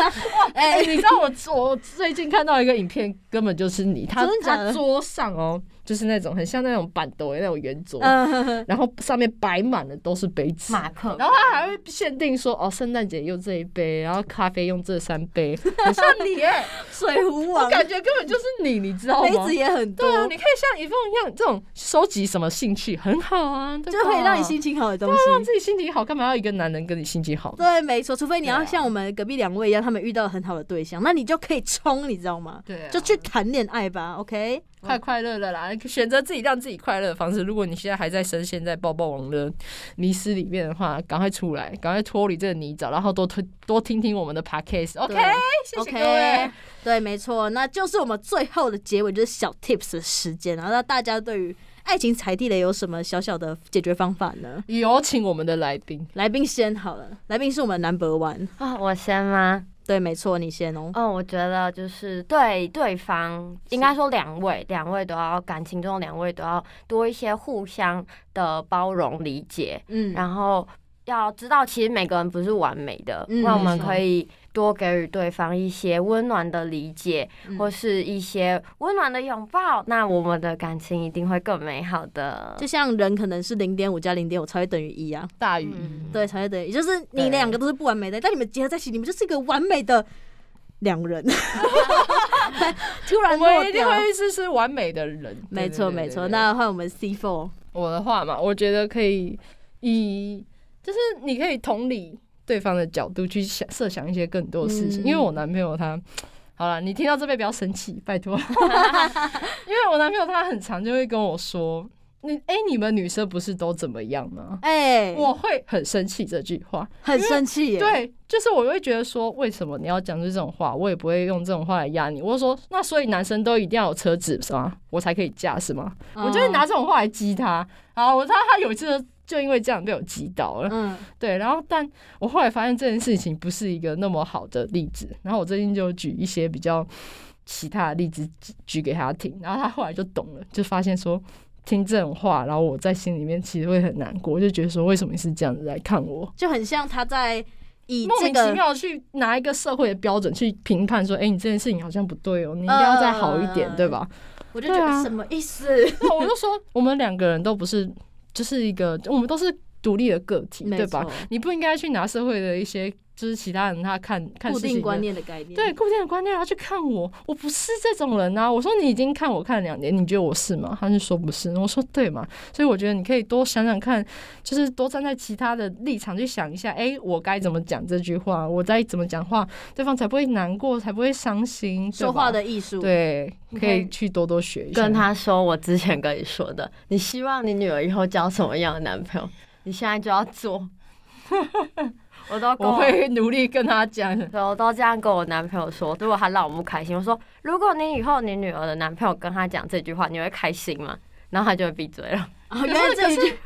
Speaker 2: 哎、你知道我我最近看到一个影片，根本就是你，他
Speaker 3: 真的假的
Speaker 2: 他桌上哦，就是那种很像那种板凳的那种圆桌，
Speaker 3: 嗯，
Speaker 2: 然后上面摆满了都是杯子。
Speaker 4: 马克，
Speaker 2: 然后他还会限定说，哦，圣诞节用这一杯，然后咖啡用这三 杯，很像你耶，
Speaker 3: 水壶
Speaker 2: 我
Speaker 3: 王，
Speaker 2: 感觉根本就是你，你知道
Speaker 3: 杯
Speaker 2: 吗
Speaker 3: 子？也很多
Speaker 2: 对，啊，你可以像一凤一样，这种收集什么兴趣很好啊，对吧啊
Speaker 3: 就可以让你心情好的东
Speaker 2: 让
Speaker 3: 西。
Speaker 2: 自己心情好，干嘛要一个男人跟你心情好？
Speaker 3: 对，没错，除非你要
Speaker 2: 对啊
Speaker 3: 像我们隔壁两位一样，他们遇到很好的对象，那你就可以冲，你知道吗？
Speaker 2: 对啊
Speaker 3: 就去谈恋爱吧，OK？
Speaker 2: 快快乐乐啦，选择自己让自己快乐的方式。如果你现在还在深陷在抱抱网的迷失里面的话，赶快出来，赶快脱离这个泥沼，然后多听多听听我们的 podcast。OK，
Speaker 3: 对
Speaker 2: 谢谢各
Speaker 3: OK，
Speaker 2: 位。
Speaker 3: 对，没错，那就是我们最后的结尾，就是小 tips 的时间啊然后那大家对于爱情踩地雷有什么小小的解决方法呢？
Speaker 2: 有请我们的来宾，
Speaker 3: 来宾先好了，来宾是我们的 number one，
Speaker 4: 啊，我先吗？
Speaker 3: 对，没错，你先哦。
Speaker 4: 嗯，我觉得就是对对方，应该说两位，两位都要感情中的两位都要多一些互相的包容理解，
Speaker 3: 嗯，
Speaker 4: 然后要知道其实每个人不是完美的，
Speaker 3: 嗯
Speaker 4: 那我们
Speaker 2: 没错
Speaker 4: 可以多给予对方一些温暖的理解，
Speaker 3: 嗯
Speaker 4: 或是一些温暖的拥抱，那我们的感情一定会更美好的
Speaker 3: 就。像人可能是零点五加零点五才会等于一啊，
Speaker 2: 大宇。
Speaker 4: 嗯
Speaker 3: 对，才会等于，也就是你
Speaker 2: 对
Speaker 3: 两个都是不完美的，但你们结合在一起，你们就是一个完美的两人。 突
Speaker 2: 我
Speaker 3: 然
Speaker 2: 们
Speaker 3: 落
Speaker 2: 一定
Speaker 3: 掉，
Speaker 2: 会是是完美的人，
Speaker 3: 没
Speaker 2: 对
Speaker 3: 错
Speaker 2: 对对
Speaker 3: 没错。
Speaker 2: 对
Speaker 3: 那换我们 C four，
Speaker 2: 我的话嘛，我觉得可以以就是你可以同理对方的角度去想设想一些更多的事情，
Speaker 3: 嗯
Speaker 2: 因为我男朋友他。好了，你听到这边不要生气，拜托。 因为我男朋友他很常就会跟我说：“你哎、你们女生不是都怎么样吗
Speaker 3: 哎？”，
Speaker 2: 我会很生气这句话。
Speaker 3: 很生气耶。
Speaker 2: 对，就是我会觉得说，为什么你要讲出这种话？我也不会用这种话来压你。我就说，那所以男生都一定要有车子是吗？我才可以嫁是吗？
Speaker 3: 嗯，
Speaker 2: 我就会拿这种话来激他。啊，我知道他有一次就就因为这样被我激到了。
Speaker 3: 嗯，
Speaker 2: 对，然后但我后来发现这件事情不是一个那么好的例子。然后我最近就举一些比较其他的例子举举给他听，然后他后来就懂了，就发现说。听这种话，然后我在心里面其实会很难过，就觉得说为什么你是这样子来看我？
Speaker 3: 就很像他在以
Speaker 2: 莫
Speaker 3: 这
Speaker 2: 名其
Speaker 3: 个，
Speaker 2: 妙地去拿一个社会的标准去评判说，哎、你这件事情好像不对哦，你应该要再好一点，
Speaker 3: 呃
Speaker 2: 对吧？
Speaker 3: 我就觉
Speaker 2: 对
Speaker 3: 得
Speaker 2: 啊
Speaker 3: 什么意思？
Speaker 2: 那啊我就说，我们两个人都不是，就是一个，我们都是独立的个体，
Speaker 3: 没
Speaker 2: 对吧
Speaker 3: 错？
Speaker 2: 你不应该去拿社会的一些，就是其他人他看看
Speaker 3: 固
Speaker 2: 事
Speaker 3: 定
Speaker 2: 情
Speaker 3: 观
Speaker 2: 的。
Speaker 3: 念的概念，
Speaker 2: 对，固定的观念，然后去看我，我不是这种人啊！我说你已经看我看了两年，你觉得我是吗？他就说不是，我说对嘛，所以我觉得你可以多想想看，就是多站在其他的立场去想一下，哎、我该怎么讲这句话，我该怎么讲话，对方才不会难过，才不会伤心。对
Speaker 3: 说
Speaker 2: 吧
Speaker 3: 话的艺术，
Speaker 2: 对，
Speaker 4: 你
Speaker 2: 可
Speaker 4: 可
Speaker 2: 以
Speaker 4: 以
Speaker 2: 去多多学一下。
Speaker 4: 跟他说我之前跟你说的，你希望你女儿以后交什么样的男朋友，你现在就要做。 我都跟
Speaker 2: 我
Speaker 4: 我
Speaker 2: 会努力跟他讲。
Speaker 4: 对，我都这样跟我男朋友说，如果他让我不开心，我说如果你以后你女儿的男朋友跟他讲这句话，你会开心吗？然后他就会闭嘴了。
Speaker 3: 哦，原来
Speaker 2: 可
Speaker 3: 这
Speaker 2: 是
Speaker 3: 一
Speaker 2: 可是
Speaker 3: 句，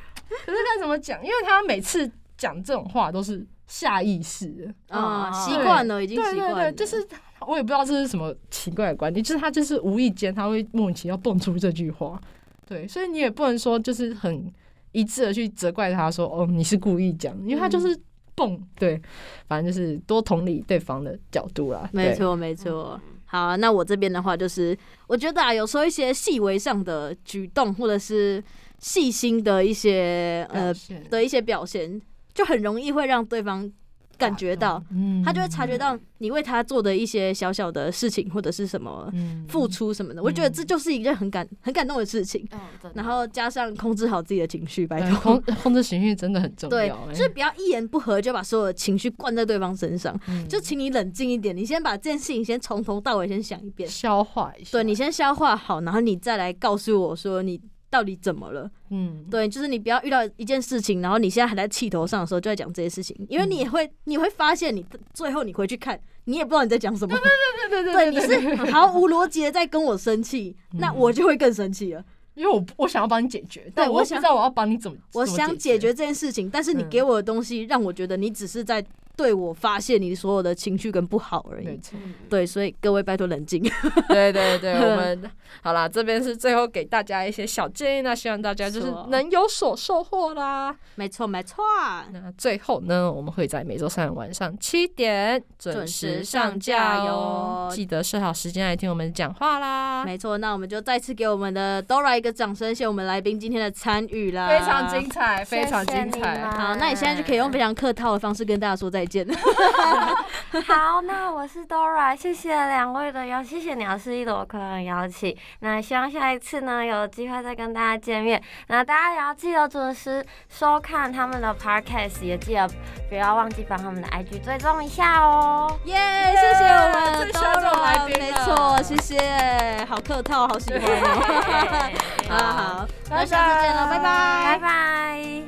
Speaker 2: 可是该怎么讲？因为他每次讲这种话都是下意识的，
Speaker 3: 啊，
Speaker 4: 哦
Speaker 3: 习惯了，已经
Speaker 2: 对
Speaker 3: 习惯
Speaker 2: 对
Speaker 3: 了，
Speaker 2: 对，就是我也不知道这是什么奇怪的观点，就是他就是无意间他会莫名其妙蹦出这句话，对，所以你也不能说就是很一致的去责怪他说哦你是故意讲，因为他就是蹦，对，反正就是多同理对方的角度啦，
Speaker 3: 没
Speaker 2: 对，
Speaker 3: 错，没错。好啊、那我这边的话就是，我觉得啊，有时候一些细微上的举动，或者是细心的一些
Speaker 2: 表
Speaker 3: 呃
Speaker 2: 现
Speaker 3: 的一些表现，就很容易会让对方感觉到，，
Speaker 2: 嗯
Speaker 3: 他就会察觉到你为他做的一些小小的事情，或者是什么
Speaker 2: 嗯
Speaker 3: 付出什么的。我觉得这就是一件很感很感动的事情。
Speaker 4: 嗯，真的
Speaker 3: 然后加上控制好自己的情绪，拜
Speaker 2: 对
Speaker 3: 托
Speaker 2: 控。控制情绪真的很重
Speaker 3: 对
Speaker 2: 要，，哎
Speaker 3: 就是不要一言不合就把所有的情绪灌在对方身上。
Speaker 2: 嗯
Speaker 3: 就请你冷静一点，你先把这件事情先从头到尾先想一遍，
Speaker 2: 消化一下，
Speaker 3: 对你先消化好，然后你再来告诉我说你到底怎么了。
Speaker 2: 嗯
Speaker 3: 对，就是你不要遇到一件事情，然后你现在还在气头上的时候就在讲这些事情，因为
Speaker 2: 嗯
Speaker 3: 你也会你会发现你最后你回去看，你也不知道你在 讲什么，
Speaker 2: 对对
Speaker 3: 对，你是毫无逻辑的在跟我生气，
Speaker 2: 嗯
Speaker 3: 那我就会更生气了。
Speaker 2: 因为我不我想要帮你解决，但
Speaker 3: 我
Speaker 2: 我又不
Speaker 3: 想
Speaker 2: 知道我要帮你怎么，
Speaker 3: 我
Speaker 2: 怎么
Speaker 3: 想解
Speaker 2: 解
Speaker 3: 决，这件事情，但是你
Speaker 2: 嗯
Speaker 3: 给我的东西让我觉得你只是在对我发泄你所有的情绪跟不好而
Speaker 2: 没
Speaker 3: 已。
Speaker 2: 错，
Speaker 3: 对，所以各位拜托冷静。
Speaker 2: 对 对对，我们好啦，这边是最后给大家一些小建议，那希望大家就是
Speaker 3: 是哦
Speaker 2: 能有所收获啦。
Speaker 3: 没错，没错。
Speaker 2: 那最后呢，我们会在每周三晚上七点准
Speaker 3: 准
Speaker 2: 时
Speaker 3: 时
Speaker 2: 上
Speaker 3: 上架
Speaker 2: 架哦，
Speaker 3: 哟
Speaker 2: 记得设好时间来听我们讲话啦。
Speaker 3: 没错，那我们就再次给我们的 Dora 一个掌声，谢谢我们来宾今天的参与啦，
Speaker 2: 非常精。彩，非常精
Speaker 4: 谢谢你
Speaker 2: 彩。
Speaker 4: 们
Speaker 3: 好，那你现在 就可以用非常客套的方式跟大家说再见。
Speaker 4: 好，那我是 Dora，谢谢两位的邀，谢谢鸟是一朵花的邀请。那希望下一次呢有机会再跟大家见面。那大家也要记得准时收看他们的 Podcast，也记得不要忘记帮他们的 IG 追踪一下哦。
Speaker 3: 耶，谢谢我们
Speaker 2: 最需要这种来
Speaker 3: Dora，
Speaker 2: 宾
Speaker 3: 没
Speaker 2: 了
Speaker 3: 错，谢谢，好客 套，好喜欢哦。啊，好，那
Speaker 2: 拜
Speaker 3: 下次见了，
Speaker 2: 拜
Speaker 3: 拜拜
Speaker 4: 拜。拜。